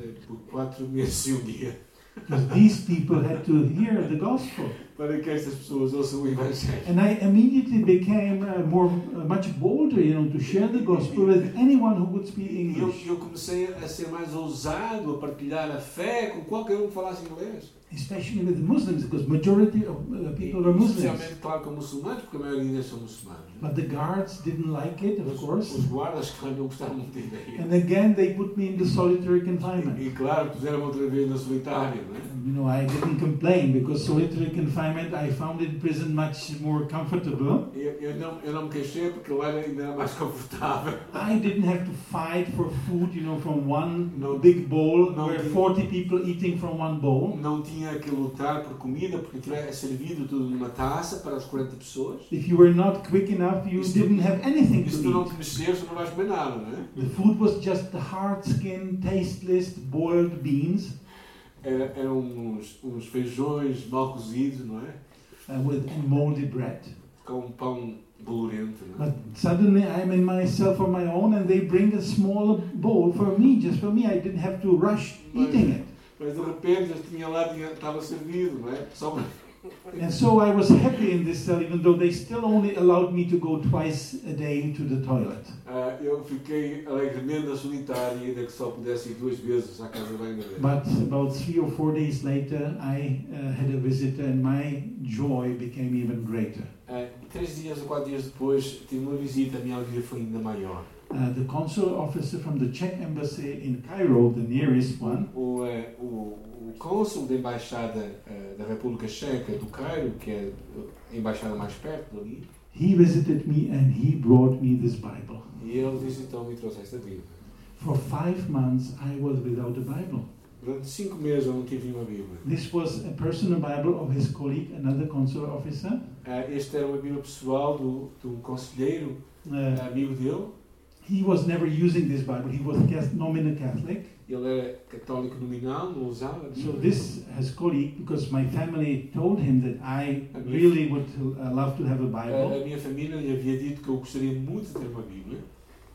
Speaker 1: eh, Por 4 <laughs> meses e um dia.
Speaker 3: Because these people had to hear the gospel.
Speaker 1: Para que estas pessoas ouçam o Evangelho.
Speaker 3: And I immediately became uh, more, uh, much bolder, you know, to share the gospel with anyone who would speak
Speaker 1: E eu,
Speaker 3: English,
Speaker 1: eu comecei a ser mais ousado, a partilhar a fé com qualquer um que falasse inglês.
Speaker 3: especially with Muslims, because majority of uh,
Speaker 1: é
Speaker 3: people are Muslims.
Speaker 1: Especialmente, claro, com muçulmanos, porque a maioria deles são muçulmanos.
Speaker 3: But the guards didn't like it, of
Speaker 1: Os,
Speaker 3: course.
Speaker 1: os guardas, claro, não gostaram muito da ideia.
Speaker 3: And again, they put me into solitary confinement.
Speaker 1: E, claro, puseram outra vez na solitária, não é?
Speaker 3: You know, I didn't complain because solitary confinement, I found in prison much more comfortable.
Speaker 1: Eu, eu não, eu não me queixei porque lá ainda era mais <laughs> confortável.
Speaker 3: I didn't have to fight for food, you know, from one
Speaker 1: No.
Speaker 3: big bowl
Speaker 1: No.
Speaker 3: where 40 people eating from one bowl.
Speaker 1: Não tinha que lutar por comida porque aquilo é servido tudo numa taça para as 40 pessoas.
Speaker 3: If you were not quick enough, you
Speaker 1: Is the-
Speaker 3: didn't have anything
Speaker 1: E se tu não
Speaker 3: to
Speaker 1: te mexeres, tu não vais comer nada, não é?
Speaker 3: eat. The food was just the hard skinned, tasteless boiled beans
Speaker 1: Era, eram uns, uns feijões mal cozidos, não é?
Speaker 3: uh, with and moldy bread.
Speaker 1: Com um pão bolorento, não é?
Speaker 3: But suddenly I'm in myself on my own, and they bring a smaller bowl for me, just for me. I didn't have to rush eating it.
Speaker 1: Mas de repente eu tinha lá, tinha- estava servido, não é? Só para-
Speaker 3: And so I was happy in this cell, even though they still only allowed me to go twice a day to the toilet.
Speaker 1: Ah, eu fiquei alegremente na solitária, ainda que só pudesse ir duas vezes à casa de banho da vez.
Speaker 3: But about three or four days later, I uh, had a visitor, and my joy became even greater.
Speaker 1: Ah, três dias ou quatro dias depois tive uma visita, a minha alegria foi ainda maior.
Speaker 3: Uh, the consular officer from the Czech embassy in Cairo, the nearest one,
Speaker 1: O, eh, o, o cônsul da Embaixada eh, da República Checa do Cairo, que é a embaixada mais perto dali,
Speaker 3: he visited me and he brought me this Bible.
Speaker 1: e ele visitou-me e trouxe esta Bíblia.
Speaker 3: For five months, I was without a Bible.
Speaker 1: Durante cinco meses eu não tive nenhuma Bíblia.
Speaker 3: This was a personal Bible of his colleague, another consular officer.
Speaker 1: Ah, esta era uma Bíblia pessoal do, do conselheiro,
Speaker 3: Uh,
Speaker 1: amigo dele.
Speaker 3: he was never using this Bible. He was cas- nominal Catholic.
Speaker 1: Ele era católico nominal, não usava a
Speaker 3: So
Speaker 1: Bíblia.
Speaker 3: this his colleague, because my family told him that I really would uh, love to have a
Speaker 1: A,
Speaker 3: Bible.
Speaker 1: a Ah, minha família lhe havia dito que eu gostaria muito de ter uma Bíblia.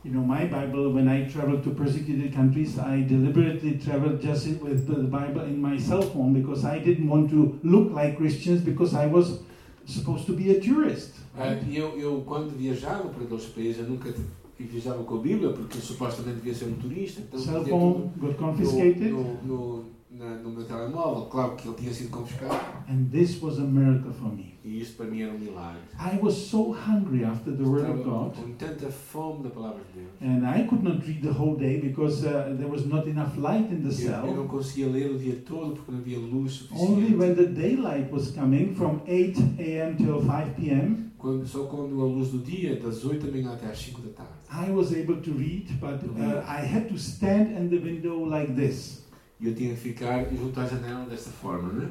Speaker 3: You know, my Bible, when I traveled to persecuted countries, I deliberately traveled just with the Bible in my cell phone because I didn't want to look like Christians because I was supposed to be a tourist.
Speaker 1: Ah, e eu, eu, quando viajava para aqueles países, eu nunca te- e viajava com a Bíblia, porque eu supostamente devia ser um turista. Então,
Speaker 3: Cell
Speaker 1: tinha tudo
Speaker 3: phone got
Speaker 1: no-
Speaker 3: um confiscated,
Speaker 1: No, no, na- no meu telemóvel, claro que ele tinha sido confiscado.
Speaker 3: and this was a miracle for me.
Speaker 1: E isso para mim era um milagre.
Speaker 3: I was so hungry after the Word of
Speaker 1: Estava
Speaker 3: God,
Speaker 1: com tanta fome da palavra de Deus.
Speaker 3: and I could not read the whole day because uh, there was not enough light in the
Speaker 1: Eu, eu
Speaker 3: cell.
Speaker 1: não conseguia ler o dia todo porque não havia luz suficiente.
Speaker 3: Only when the daylight was coming from 8 a.m. till 5 p.m.,
Speaker 1: quando, só quando a luz do dia, das 8 da manhã até às 5 da tarde.
Speaker 3: I was able to read, but uh, I had to stand in the window like this.
Speaker 1: E eu tinha que ficar junto à janela desta forma, né?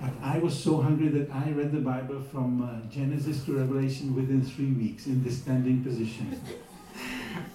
Speaker 3: But I was so hungry that I read the Bible from uh, Genesis to Revelation within three weeks in this standing position.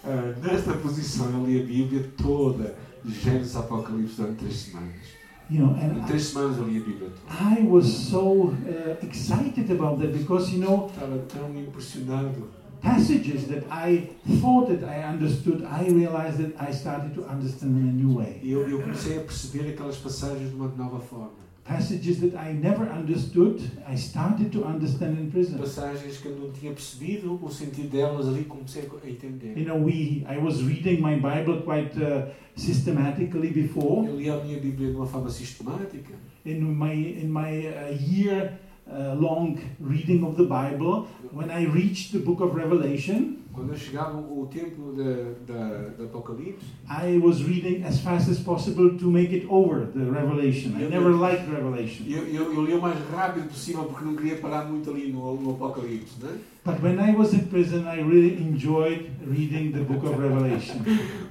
Speaker 1: Ah, nesta posição eu li a Bíblia toda, de Gênesis ao Apocalipse, durante três semanas.
Speaker 3: You know, and
Speaker 1: Em
Speaker 3: I,
Speaker 1: três semanas eu li a Bíblia toda.
Speaker 3: I was so uh, excited about that because, you know,
Speaker 1: Estava tão impressionado.
Speaker 3: passages that I thought that I understood, I realized that I started to understand in a new way.
Speaker 1: E eu, eu comecei a perceber aquelas passagens de uma nova forma.
Speaker 3: Passages that I never understood, I started to understand in prison.
Speaker 1: Passagens que eu não tinha percebido o sentido delas ali, comecei a
Speaker 3: You
Speaker 1: entender.
Speaker 3: know, we I was reading my Bible quite uh, systematically before.
Speaker 1: Eu li a minha Bíblia de uma forma sistemática.
Speaker 3: In my in my uh, year uh, long reading of the Bible, when I reached the book of Revelation,
Speaker 1: Quando eu chegava o tempo da, da, do Apocalipse,
Speaker 3: I was reading as fast as possible to make it over the Revelation. I never liked Revelation.
Speaker 1: eu, eu, eu li o mais rápido possível porque não queria parar muito ali no, no Apocalipse, né?
Speaker 3: But when I was in prison, I really enjoyed reading the book of Revelation.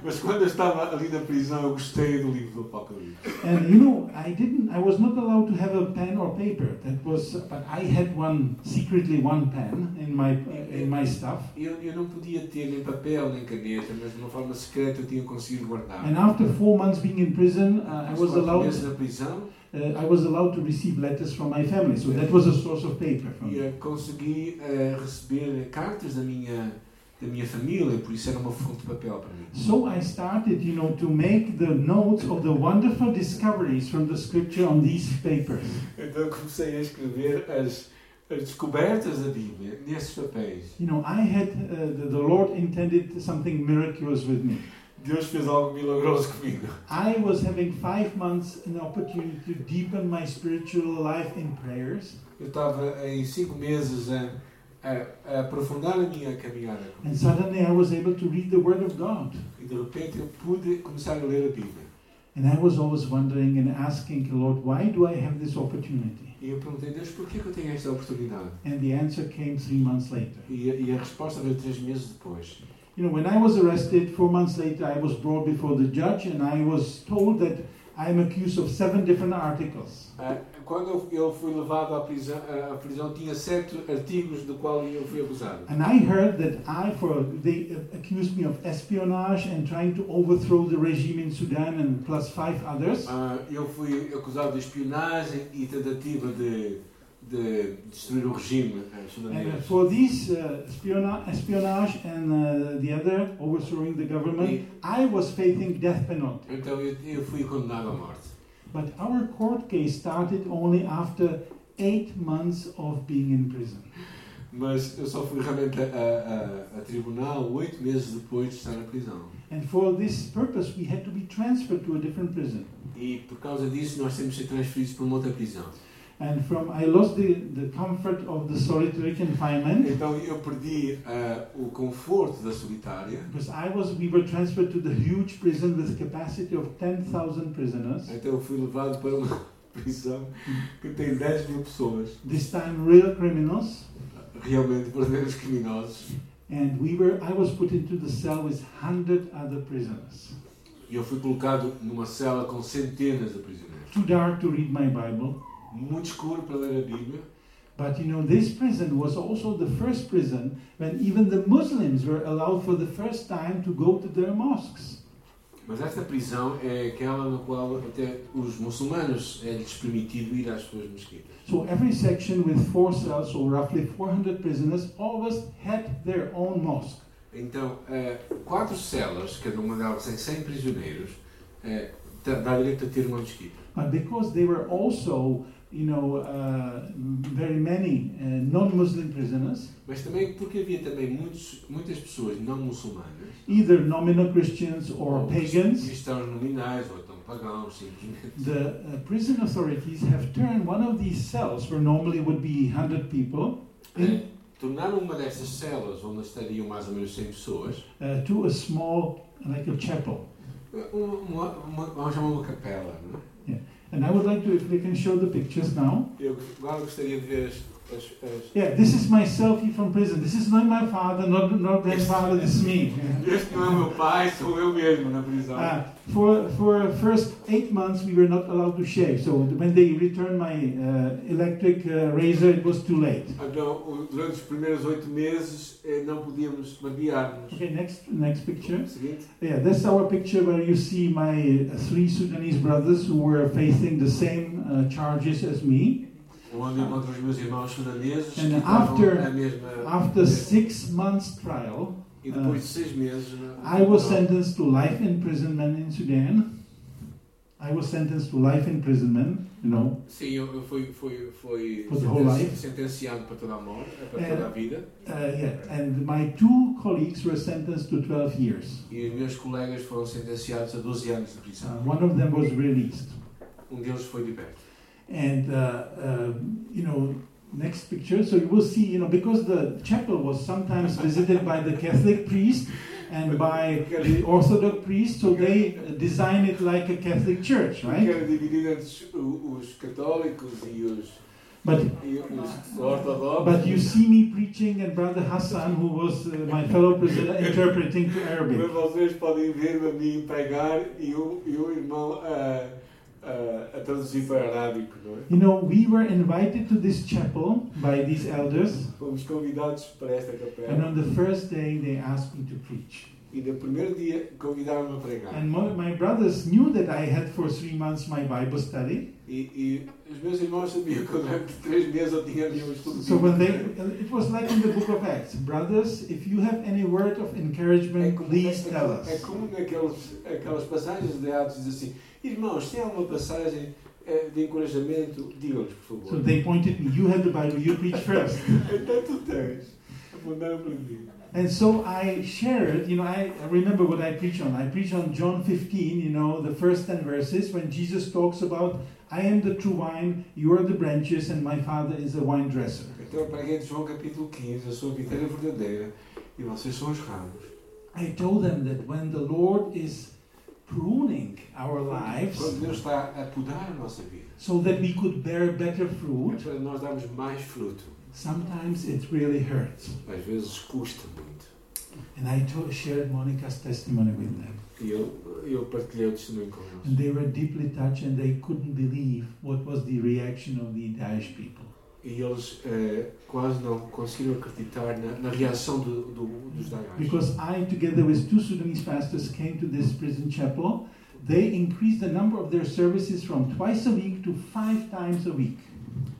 Speaker 1: Mas quando eu estava ali na prisão, eu gostei do livro do Apocalipse.
Speaker 3: And you know, I didn't, I was not allowed to have a pen or paper. That was, but I had one, secretly one pen in my, in my stuff.
Speaker 1: Eu, eu não podia ter nem papel nem caneta, mas de uma forma secreta eu tinha conseguido
Speaker 3: And
Speaker 1: guardar.
Speaker 3: after four months being in prison, uh, I
Speaker 1: Mas
Speaker 3: was
Speaker 1: quatro
Speaker 3: allowed,
Speaker 1: meses na prisão
Speaker 3: uh, I was allowed to receive letters from my family. So that was a source of paper for
Speaker 1: e
Speaker 3: me.
Speaker 1: eh, consegui eh, receber cartas da minha, da minha família, por isso era uma fonte de papel para mim.
Speaker 3: So I started, you know, to make the notes of the wonderful discoveries from the scripture on these papers.
Speaker 1: Então eu comecei a escrever as, as descobertas da Bíblia nesses papéis.
Speaker 3: You know, I had, uh, the, the Lord intended something miraculous with me.
Speaker 1: Deus fez algo milagroso comigo.
Speaker 3: I was having five months an opportunity to deepen my spiritual life in prayers.
Speaker 1: Eu estava em cinco meses a, a, a aprofundar a minha caminhada com
Speaker 3: And suddenly I was able to read the Word of God.
Speaker 1: E Então, de repente eu pude começar a ler a Bíblia.
Speaker 3: And I was always wondering and asking the Lord, why do I have this opportunity?
Speaker 1: E eu perguntei, Deus, por que que eu tenho esta oportunidade?
Speaker 3: And the answer came three months later.
Speaker 1: E, a- e a resposta veio três meses depois.
Speaker 3: You know, when I was arrested, four months later, I was brought before the judge and I was told that I'm accused of seven different articles.
Speaker 1: Ah, Quando eu- eu fui levado à prisão, ah, à prisão tinha sete artigos do qual eu fui acusado.
Speaker 3: And I heard that I, for they accused me of espionage and trying to overthrow the regime in Sudan and plus five others.
Speaker 1: Ah, Eu fui acusado de espionagem e tentativa de, de destruir o regime ah,
Speaker 3: And uh,
Speaker 1: sudanês.
Speaker 3: for these uh, spiona- espionage and uh, the other overthrowing the government, I was facing death penalty.
Speaker 1: Então eu, eu fui condenado à morte.
Speaker 3: But our court case started only after eight months of being in prison.
Speaker 1: Mas eu só fui realmente a, a- a- a tribunal oito meses depois de estar na prisão.
Speaker 3: And for this purpose, we had to be transferred to a different prison.
Speaker 1: E por causa disso nós temos de ser transferidos para uma outra prisão.
Speaker 3: And from I lost the, the comfort of the solitary confinement
Speaker 1: Então eu perdi ah, o conforto da solitária.
Speaker 3: because I was we were transferred to the huge prison with capacity of 10,000 prisoners.
Speaker 1: Então eu fui levado para uma <laughs> prisão que tem 10 mil pessoas,
Speaker 3: This time, real criminals.
Speaker 1: realmente verdadeiros criminosos.
Speaker 3: And we were, I was put into the cell with 100 other prisoners.
Speaker 1: E eu fui colocado numa cela com centenas de prisioneiros.
Speaker 3: Too dark to read my Bible.
Speaker 1: Muito escuro para ler a Bíblia.
Speaker 3: But you know, this prison was also the first prison when even the Muslims were allowed for the first time to go to their mosques.
Speaker 1: Mas esta prisão é aquela na qual até os muçulmanos é-lhes permitido ir às suas mesquitas.
Speaker 3: So every section with four cells, so roughly 400 prisoners, always had their own mosque.
Speaker 1: Então, eh, quatro celas, cada uma delas tem 100 prisioneiros, eh, dá- dá direito a ter uma mesquita.
Speaker 3: But because they were also, you know, uh, very many uh, non-Muslim prisoners,
Speaker 1: Mas também porque havia também muitos, muitas pessoas não muçulmanas,
Speaker 3: either nominal Christians
Speaker 1: Oh,
Speaker 3: or pagans,
Speaker 1: cristãos nominais ou então pagãos, simplesmente.
Speaker 3: The uh, prison authorities have turned one of these cells, where normally would be 100 people,
Speaker 1: Eh, tornaram uma destas celas, onde estariam mais ou menos 100 pessoas,
Speaker 3: uh, to a small, like a chapel.
Speaker 1: uma, uma, uma, vamos chamar uma capela. Não é?
Speaker 3: And I would like to, if we can show the pictures now.
Speaker 1: Eu agora gostaria de ver as, as, as-
Speaker 3: Yeah, this is my selfie from prison. This is not my father, not not grandfather. This is me.
Speaker 1: Este não é meu pai, sou eu mesmo na prisão.
Speaker 3: Uh, for for first eight months, we were not allowed to shave. So when they returned my uh, electric uh, razor, it was too late.
Speaker 1: Então, o- durante os primeiros oito meses, eh, não podíamos barbear-nos.
Speaker 3: Okay, next next picture.
Speaker 1: Seguinte.
Speaker 3: Yeah, that's our picture where you see my uh, three Sudanese brothers who were facing the same uh, charges as me.
Speaker 1: Onde encontro os meus irmãos sudaneses, que
Speaker 3: And
Speaker 1: estavam
Speaker 3: after-
Speaker 1: a mesma...
Speaker 3: After six months trial,
Speaker 1: E depois de seis meses... né,
Speaker 3: I was sentenced to life imprisonment in Sudan. I was sentenced to life imprisonment, you know,
Speaker 1: Sim, eu, eu fui, fui, fui
Speaker 3: For the whole
Speaker 1: sentenci-
Speaker 3: life?
Speaker 1: sentenciado para toda a morte, eh, para
Speaker 3: É.
Speaker 1: toda a vida.
Speaker 3: uh, yeah, and my two colleagues were sentenced to 12 years.
Speaker 1: E os meus colegas foram sentenciados a 12 anos de
Speaker 3: Uh,
Speaker 1: prisão.
Speaker 3: one of them was released. Ah.
Speaker 1: Um deles foi liberto.
Speaker 3: And, uh, uh, you know, next picture. So you will see, you know, because the chapel was sometimes visited by the Catholic priest and by the Orthodox priest, so they design it like a Catholic church,
Speaker 1: Eu
Speaker 3: right?
Speaker 1: quero dividir entre os, o- os católicos e os,
Speaker 3: But
Speaker 1: e os ortodoxos.
Speaker 3: But you see me preaching, and Brother Hassan, who was uh, my fellow prisoner, interpreting to
Speaker 1: Mas
Speaker 3: Arabic.
Speaker 1: vocês podem ver-me a mim pregar e o, e o irmão a, a, a traduzir para arábico, não é?
Speaker 3: You know, we were invited to this chapel by these elders,
Speaker 1: Fomos convidados para esta
Speaker 3: and
Speaker 1: capela
Speaker 3: on the first day they asked me to preach.
Speaker 1: e no primeiro dia convidaram-me a pregar.
Speaker 3: And my, my brothers knew that I had for three months my Bible study.
Speaker 1: E, e os meus irmãos sabiam que durante três meses eu tinha meu estudo
Speaker 3: So when they, uh,
Speaker 1: bíblico.
Speaker 3: it was like in the book of Acts, brothers, if you have any word of
Speaker 1: É
Speaker 3: encouragement,
Speaker 1: como,
Speaker 3: please
Speaker 1: é- é-
Speaker 3: tell
Speaker 1: é
Speaker 3: us.
Speaker 1: como naqueles, aquelas passagens de Atos diz assim, irmãos, se há uma passagem eh, de encorajamento, digam-nos, por favor.
Speaker 3: So they pointed me, you have the Bible, you preach first.
Speaker 1: Então tu tens. um Apontaram para mim.
Speaker 3: And so I shared, you know, I I remember what I preach on. I preach on John 15, you know, the first 10 verses when Jesus talks about, I am the true wine, you are the branches, and my father is the wine dresser.
Speaker 1: Então eu preguei de João capítulo 15, a sua vida é verdadeira e vocês são os ramos.
Speaker 3: I told them that when the Lord is pruning our lives
Speaker 1: Quando Deus está a podar a nossa vida,
Speaker 3: so that we could bear better
Speaker 1: é
Speaker 3: fruit,
Speaker 1: para nós darmos mais fruto.
Speaker 3: sometimes it really hurts.
Speaker 1: Às vezes custa muito.
Speaker 3: And I to- shared Monica's testimony with them.
Speaker 1: E eu, eu partilhei o testemunho com eles.
Speaker 3: And they were deeply touched and they couldn't believe what was the reaction of the Daesh people.
Speaker 1: E eles eh, quase não conseguiram acreditar na, na reação do, do- dos Daesh.
Speaker 3: Because I, together with two Sudanese pastors, came to this prison chapel. They increased the number of their services from twice a week to five times a week.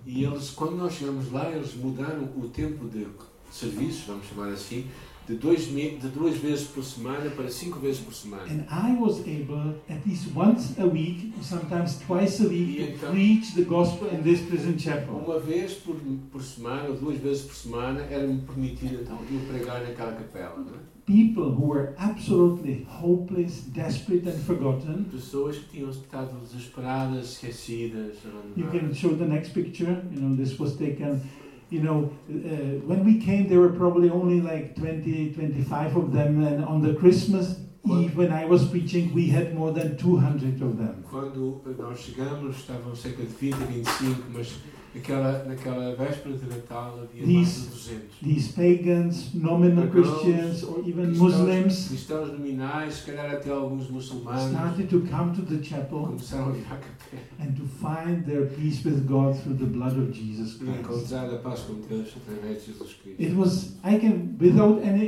Speaker 1: E eles, quando nós chegamos lá, eles mudaram o tempo de serviço, vamos chamar assim, de, dois, me- de duas vezes por semana para cinco vezes por semana.
Speaker 3: And I was able, at least once a week, sometimes twice a week,
Speaker 1: Yeah,
Speaker 3: to
Speaker 1: come.
Speaker 3: preach the gospel in this prison chapel.
Speaker 1: Uma vez por, por semana, ou duas vezes por semana, era-me permitido então eu pregar naquela capela. Não é?
Speaker 3: People who were absolutely hopeless, desperate, and forgotten.
Speaker 1: Pessoas que tinham estado desesperadas, esquecidas,
Speaker 3: You can
Speaker 1: abandonadas.
Speaker 3: show the next picture. You know, this was taken. You know, uh, when we came, there were probably only like 20, 25 of them, and on the Christmas Eve, when I was preaching, we had more than 200 of them.
Speaker 1: Quando nós chegamos, estavam cerca de 20, 25, mas naquela, naquela véspera de Natal havia mais de
Speaker 3: Diz-
Speaker 1: 200.
Speaker 3: These pagans, nominal
Speaker 1: Pagans,
Speaker 3: Christians, or even
Speaker 1: cristãos-
Speaker 3: Muslims
Speaker 1: Cristãos nominais, se calhar até alguns muçulmanos,
Speaker 3: started to come to the chapel
Speaker 1: começaram a ir à capela
Speaker 3: and to find their peace with God through the blood of Jesus
Speaker 1: e
Speaker 3: Christ.
Speaker 1: encontrar a paz com Deus através de Jesus Cristo.
Speaker 3: It was, I can, without any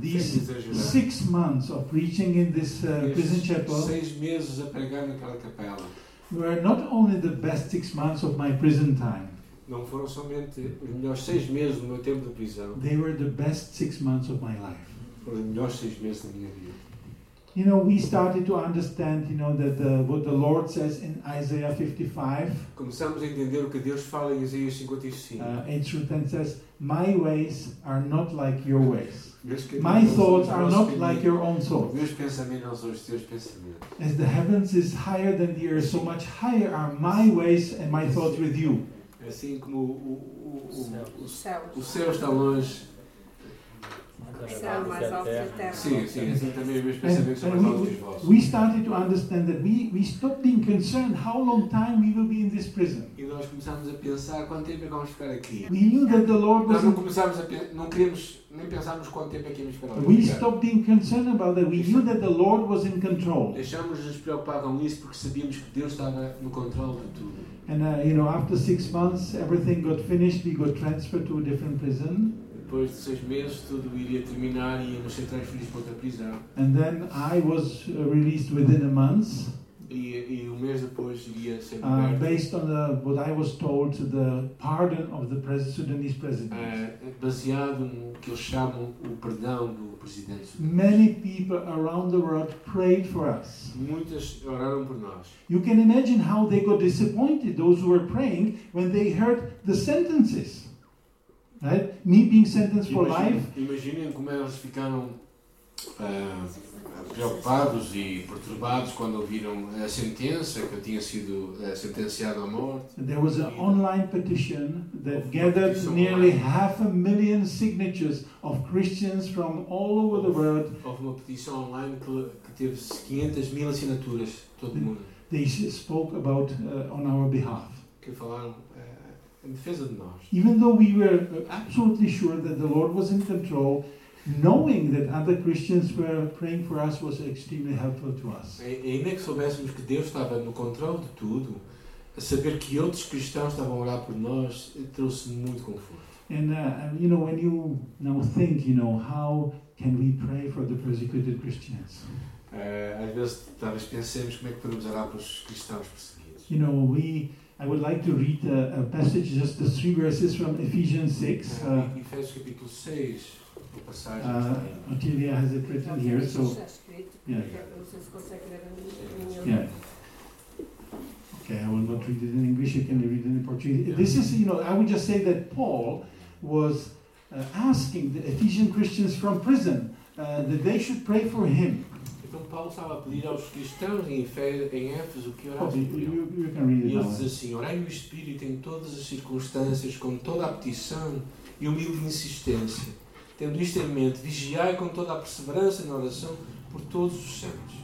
Speaker 1: Sem
Speaker 3: these
Speaker 1: exagerar.
Speaker 3: six months of preaching in this uh, prison
Speaker 1: Estes
Speaker 3: chapel.
Speaker 1: seis meses a pregar naquela capela
Speaker 3: were not only the best six months of my prison time,
Speaker 1: não foram somente os melhores seis meses do meu tempo de prisão,
Speaker 3: they were the best six months of my life.
Speaker 1: foram os melhores seis meses da minha vida.
Speaker 3: You know, we started to understand, you know, that the, what the Lord says in Isaiah 55,
Speaker 1: Começamos a entender o que Deus fala em Isaías 55.
Speaker 3: uh, 8 through 10 says, My ways are not like your ways.
Speaker 1: Meus caminhos
Speaker 3: My
Speaker 1: não são os
Speaker 3: thoughts are
Speaker 1: vossos
Speaker 3: not
Speaker 1: caminhos.
Speaker 3: like your own thoughts.
Speaker 1: Meus pensamentos não são os teus pensamentos.
Speaker 3: As the heavens is higher than the earth, so much higher are my ways and my thoughts with you.
Speaker 1: Assim como o, o, o, o,
Speaker 5: Céus.
Speaker 1: o céu está longe,
Speaker 5: Céu mais alto que a terra.
Speaker 1: sim, sim, assim também os meus
Speaker 3: And,
Speaker 1: pensamentos são mais
Speaker 3: and
Speaker 1: altos que
Speaker 3: we,
Speaker 1: os vossos.
Speaker 3: we started to understand that we, we stopped being concerned how long time we will be in this prison.
Speaker 1: E nós nós começámos a pensar quanto tempo é que vamos ficar aqui.
Speaker 3: We knew that the Lord
Speaker 1: Nós não
Speaker 3: wasn't.
Speaker 1: começámos a pensar, não queríamos nem pensarmos quanto tempo é que íamos ficar lá.
Speaker 3: We stopped being concerned about that. We knew that the Lord was in control.
Speaker 1: Deixámos nos preocupar com isso porque sabíamos que Deus estava no controle de tudo.
Speaker 3: And uh, you know, after six months, everything got finished. We got transferred to a different prison.
Speaker 1: Depois de seis meses tudo iria terminar e íamos ser transferidos para outra prisão.
Speaker 3: And then I was uh, released within a month,
Speaker 1: E, e um mês depois iria ser
Speaker 3: uh,
Speaker 1: liberto.
Speaker 3: based on the, what I was told, the pardon of the pres- Sudanese president.
Speaker 1: eh, baseado no que eles chamam o perdão do presidente. Sudanês.
Speaker 3: Many people around the world prayed for us.
Speaker 1: Muitas oraram por nós.
Speaker 3: You can imagine how they got disappointed, those who were praying, when they heard the sentences. Right? Me being sentenced for life,
Speaker 1: Imaginem, imaginem como eles ficaram ah, preocupados e perturbados quando ouviram a sentença que eu tinha sido ah, sentenciado à morte.
Speaker 3: there was an online petition that gathered nearly half a million signatures of Christians from all over the world.
Speaker 1: Houve uma petição online que, que teve 500 mil assinaturas de todo o mundo
Speaker 3: They s- spoke about uh, on our behalf.
Speaker 1: que falaram ah, em defesa de nós.
Speaker 3: Even though we were uh, absolutely sure that the Lord was in control, knowing that other Christians were praying for us was extremely helpful to us.
Speaker 1: E- Ainda que soubéssemos que Deus estava no controle de tudo, saber que outros cristãos estavam a orar por nós eh, trouxe muito conforto.
Speaker 3: And uh, and, you know, when you now think, you know, how can we pray for the persecuted Christians?
Speaker 1: Eh, às vezes, talvez pensemos como é que podemos orar pelos cristãos perseguidos.
Speaker 3: You know, we. I would like to read a, a passage, just the three verses from Ephesians six. Uh,
Speaker 1: Eh, Efésios capítulo 6, a passagem que
Speaker 3: uh,
Speaker 1: está aí.
Speaker 3: Ottilia has it written here, so
Speaker 5: Está escrito.
Speaker 3: yeah,
Speaker 5: Eu Não sei se consegue ler a minha.
Speaker 1: É.
Speaker 3: yeah. Okay, I will not read it in English. You can read it in Portuguese. This is, you know, I would just say that Paul was uh, asking the Ephesian Christians from prison uh, that they should pray for him.
Speaker 1: Então, Paulo estava a pedir aos cristãos em, Efe- em Éfeso que
Speaker 3: Probably,
Speaker 1: orassem por ele.
Speaker 3: you, you can
Speaker 1: E
Speaker 3: read it
Speaker 1: ele
Speaker 3: now.
Speaker 1: diz assim: Orai no Espírito em todas as circunstâncias, com toda a petição e humilde insistência. Tendo isto em mente, vigiai com toda a perseverança na oração por todos os santos.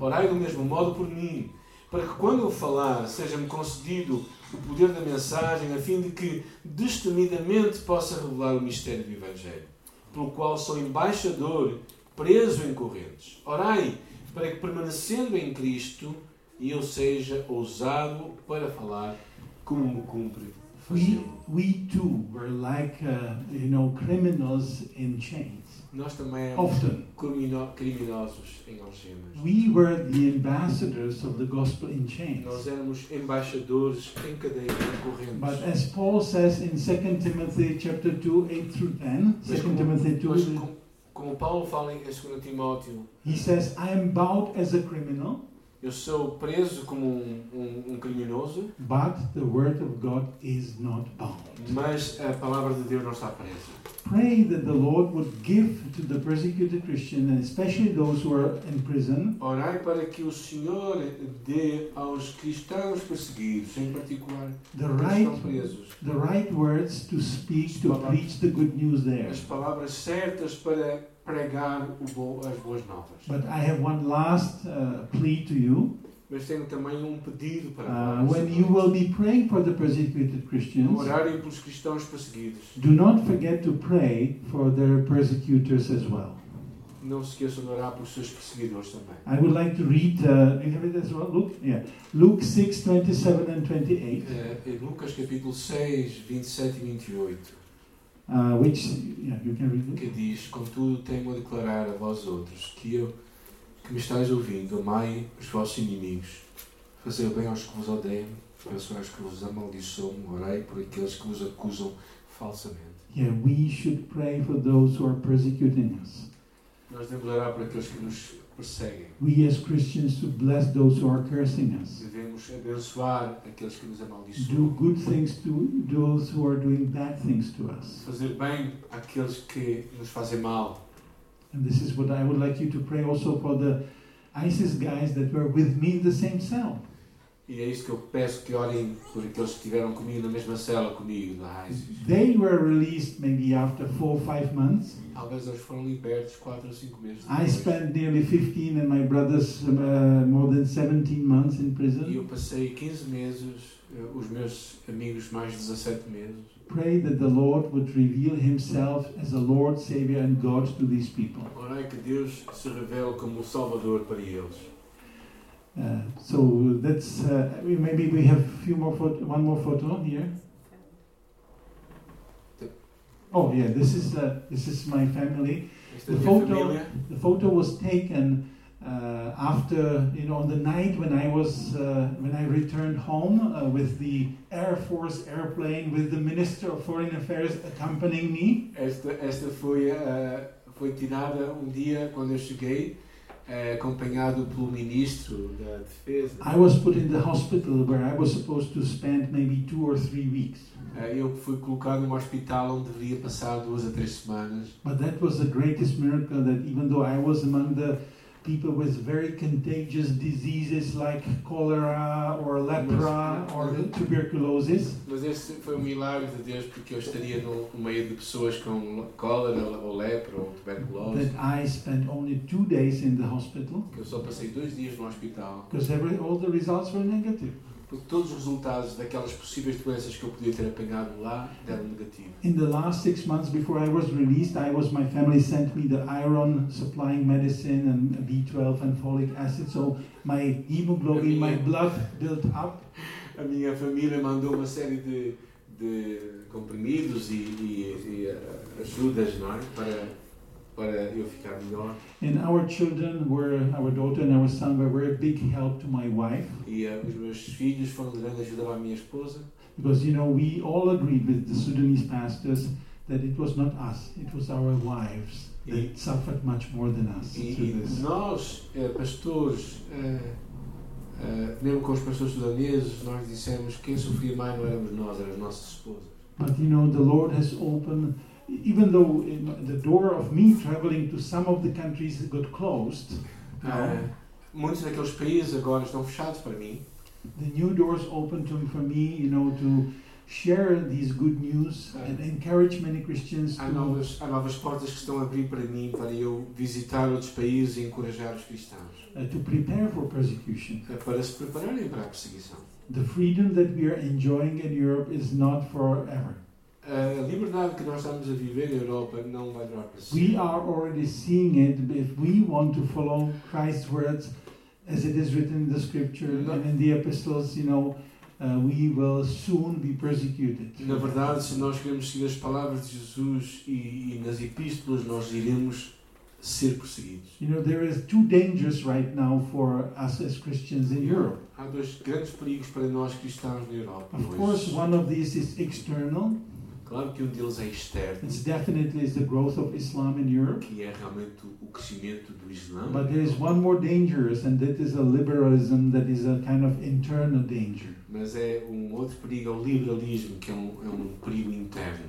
Speaker 1: Orai do mesmo modo por mim, para que quando eu falar, seja-me concedido o poder da mensagem, a fim de que destemidamente possa revelar o mistério do Evangelho, pelo qual sou embaixador, preso em correntes. Orai para que, permanecendo em Cristo, e eu seja ousado para falar como me cumpre
Speaker 3: We,
Speaker 1: fazê-lo.
Speaker 3: we too were like, uh, you know, criminals in chains.
Speaker 1: Nós também éramos
Speaker 3: Often,
Speaker 1: crimino- criminosos em algemas.
Speaker 3: we were the ambassadors of the gospel in chains.
Speaker 1: Nós éramos embaixadores em cadeia de
Speaker 3: But
Speaker 1: correntes.
Speaker 3: as Paul says in 2 Timothy chapter 2, 8 through 10, 2 Timothy
Speaker 1: Mas
Speaker 3: 2,
Speaker 1: com- como Paulo fala em 2 Timóteo,
Speaker 3: he says, I am bound as a criminal,
Speaker 1: eu sou preso como um, um- um criminoso,
Speaker 3: but the word of God is not bound.
Speaker 1: mas a palavra de Deus não está presa.
Speaker 3: Pray that the Lord would give to the persecuted Christian, and especially those who are in prison,
Speaker 1: Orai para que o Senhor dê aos cristãos perseguidos, em particular,
Speaker 3: the
Speaker 1: os que estão
Speaker 3: right
Speaker 1: presos,
Speaker 3: the right words to speak, to preach the good news there.
Speaker 1: as palavras certas para pregar o bo- as boas novas.
Speaker 3: But I have one last uh, plea to you.
Speaker 1: Mas tenho também um pedido para
Speaker 3: Uh,
Speaker 1: vós.
Speaker 3: when you will be praying for the persecuted Christians,
Speaker 1: Orarem pelos cristãos perseguidos.
Speaker 3: do not forget to pray for their persecutors as well.
Speaker 1: Não se esqueçam de orar pelos seus perseguidores também.
Speaker 3: I would like to read. Uh, do you have it as well, Luke? Yeah, Luke six twenty-seven and twenty-eight,
Speaker 1: Eh, em Lucas capítulo 6, 27 e 28,
Speaker 3: uh, which yeah, you can read. Luke.
Speaker 1: que diz, Contudo tenho a declarar a vós outros, que eu, que me estáis ouvindo, amai os vossos inimigos, fazei o bem aos que vos odeiam, abençoai os que vos amaldiçoam, orai por aqueles que vos acusam falsamente.
Speaker 3: Yeah, we should pray for those who are persecuting us.
Speaker 1: Nós devemos orar por aqueles que nos perseguem.
Speaker 3: We as Christians should bless those who are cursing us.
Speaker 1: Devemos abençoar aqueles que nos amaldiçoam.
Speaker 3: Do good things to those who are doing bad things to us.
Speaker 1: fazer bem àqueles que nos fazem mal.
Speaker 3: And this is what I would like you to pray also for the ISIS guys that were with me in the same cell.
Speaker 1: E é isso que eu peço que orem por aqueles que estiveram comigo na mesma cela comigo, na ISIS.
Speaker 3: They were released maybe after four or five months.
Speaker 1: Talvez eles foram libertos 4 ou 5 meses
Speaker 3: I
Speaker 1: depois.
Speaker 3: spent nearly 15 and my brothers uh, more than 17 months in
Speaker 1: E eu
Speaker 3: prison.
Speaker 1: passei 15 meses, eh, os meus amigos mais 17 meses.
Speaker 3: Pray that the Lord would reveal himself as a Lord, Savior, and God to these people.
Speaker 1: Orai é que Deus se revele como o Salvador para eles.
Speaker 3: Uh, so that's uh, we- maybe we have few more photo, one more photo here. Oh yeah, this is uh, this is my family.
Speaker 1: Esta é a
Speaker 3: The
Speaker 1: minha
Speaker 3: photo-
Speaker 1: família.
Speaker 3: The photo was taken uh, after you know the night when I was uh, when I returned home uh, with the Air Force airplane with the Minister of Foreign Affairs accompanying me.
Speaker 1: Esta, esta foi, ah, foi tirada um dia quando eu cheguei, eh, acompanhado pelo Ministro da Defesa.
Speaker 3: I was put in the hospital where I was supposed to spend maybe two or three weeks.
Speaker 1: Ah, eu fui colocado num hospital onde devia passar duas a três semanas.
Speaker 3: But that was the greatest miracle that even though I was among the people with very contagious diseases like cholera or lepra or tuberculosis,
Speaker 1: Mas esse foi um milagre de Deus porque eu estaria no no meio de pessoas com cólera, ou lepra, ou tuberculose.
Speaker 3: that I spent only two days in the hospital
Speaker 1: Eu só passei dois dias no hospital.
Speaker 3: because every, all the results were negative.
Speaker 1: Porque todos os resultados daquelas possíveis doenças que eu podia ter apanhado lá deram negativo.
Speaker 3: In the last six months before I was released, I was my family sent me the iron supplying medicine and B12 and folic acid. So my hemoglobin, my blood built up.
Speaker 1: A minha família mandou uma série de, de comprimidos e, e- e, eh, ajudas, não é? Para, para eu ficar melhor.
Speaker 3: And our children were, our daughter and our son were, were a big help to my wife
Speaker 1: E eh, os meus filhos foram de grande ajuda à minha esposa.
Speaker 3: because, you know, we all agreed with the Sudanese pastors that it was not us, it was our wives that suffered much more than us
Speaker 1: E,
Speaker 3: through
Speaker 1: e
Speaker 3: this.
Speaker 1: nós, eh, pastores, eh, eh, mesmo com os pastores sudaneses, nós dissemos que quem sofria mais não éramos nós, eram as nossas esposas.
Speaker 3: But, you know, the Lord has opened, even though in- the door of me traveling to some of the countries got closed, now,
Speaker 1: Eh, muitos daqueles países agora estão fechados para mim.
Speaker 3: the new doors opened to, for me, you know, to share these good news and encourage many Christians
Speaker 1: Há
Speaker 3: to
Speaker 1: novas, há novas portas que estão a abrir para mim para eu visitar outros países e encorajar os cristãos
Speaker 3: uh, to prepare for persecution.
Speaker 1: eh, para se prepararem para a perseguição.
Speaker 3: The freedom that we are enjoying in Europe is not forever.
Speaker 1: A liberdade que nós estamos a viver na Europa não vai durar para sempre.
Speaker 3: We are already seeing it but if we want to follow Christ's words as it is written in the scripture and in the epistles, you know, uh, we will soon be persecuted.
Speaker 1: Na verdade, se nós queremos seguir as palavras de Jesus e, e nas epístolas, nós iremos ser perseguidos.
Speaker 3: You know, there is two dangers right now for us as Christians in Europe.
Speaker 1: Há dois grandes perigos para nós cristãos na Europa.
Speaker 3: Of
Speaker 1: hoje.
Speaker 3: course, one of these is external.
Speaker 1: Claro que um deles é externo,
Speaker 3: It's definitely is the growth of Islam in Europe.
Speaker 1: que é realmente o crescimento do Islã.
Speaker 3: But there is one more dangerous, and that is a liberalism that is a kind of internal danger.
Speaker 1: Mas é um outro perigo, é o liberalismo, que é um, é um perigo interno.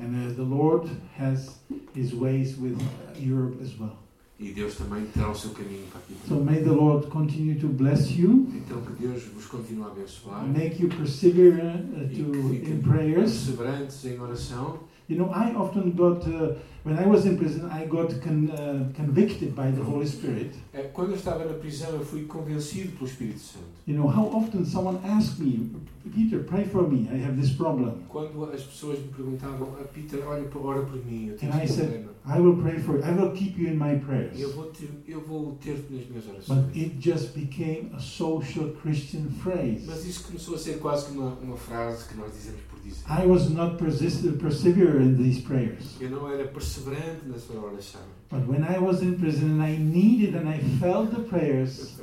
Speaker 3: And uh, the Lord has His ways with Europe as well.
Speaker 1: E Deus também terá o seu caminho para aqui.
Speaker 3: So may the Lord continue to bless you,
Speaker 1: Então que Deus vos continue a abençoar.
Speaker 3: make you persevere uh,
Speaker 1: E
Speaker 3: to
Speaker 1: que
Speaker 3: in
Speaker 1: fiquem
Speaker 3: prayers.
Speaker 1: perseverantes em oração.
Speaker 3: You know, I often got uh, when I was in prison, I got con- uh, convicted by the Holy Spirit.
Speaker 1: É, Quando eu estava na prisão, eu fui convencido pelo Espírito Santo.
Speaker 3: You know, how often someone asked me, Peter, pray for me. I have this problem.
Speaker 1: Quando as pessoas me perguntavam, "Ah, Peter, olha, por- ora por mim, eu tenho
Speaker 3: Can I
Speaker 1: esse
Speaker 3: say-
Speaker 1: problema.
Speaker 3: I will pray for you. I will keep you in my prayers.
Speaker 1: Eu vou ter- eu vou ter-te nas minhas
Speaker 3: But
Speaker 1: orações.
Speaker 3: it just became a social Christian phrase.
Speaker 1: Mas isso começou a ser quase que uma, uma frase que nós dizemos por dizer.
Speaker 3: I was not persist- persevere in these prayers.
Speaker 1: Eu não era perseverante na sua oração.
Speaker 3: But when I was in prison and I needed and I felt the prayers,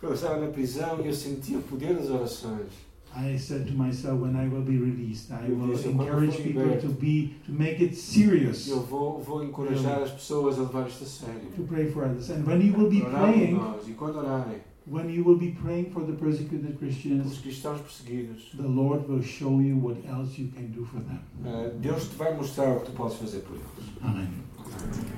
Speaker 1: Quando eu estava na prisão, eu sentia o poder das orações.
Speaker 3: I said to myself, when I will be released, I
Speaker 1: Eu
Speaker 3: will
Speaker 1: disse, quando
Speaker 3: encourage
Speaker 1: for
Speaker 3: people
Speaker 1: liberto.
Speaker 3: to be to make it serious
Speaker 1: Eu vou, vou encorajar as pessoas a levar isto a sério.
Speaker 3: to pray for others. And when you will be
Speaker 1: Orar por
Speaker 3: praying,
Speaker 1: nós. E quando orarem,
Speaker 3: when you will be praying for the persecuted
Speaker 1: pelos
Speaker 3: Christians,
Speaker 1: cristãos perseguidos,
Speaker 3: the Lord will show you what else you can do for them.
Speaker 1: Eh, ah, Deus te vai mostrar o que tu podes fazer por eles.
Speaker 3: Amen.
Speaker 1: Amém.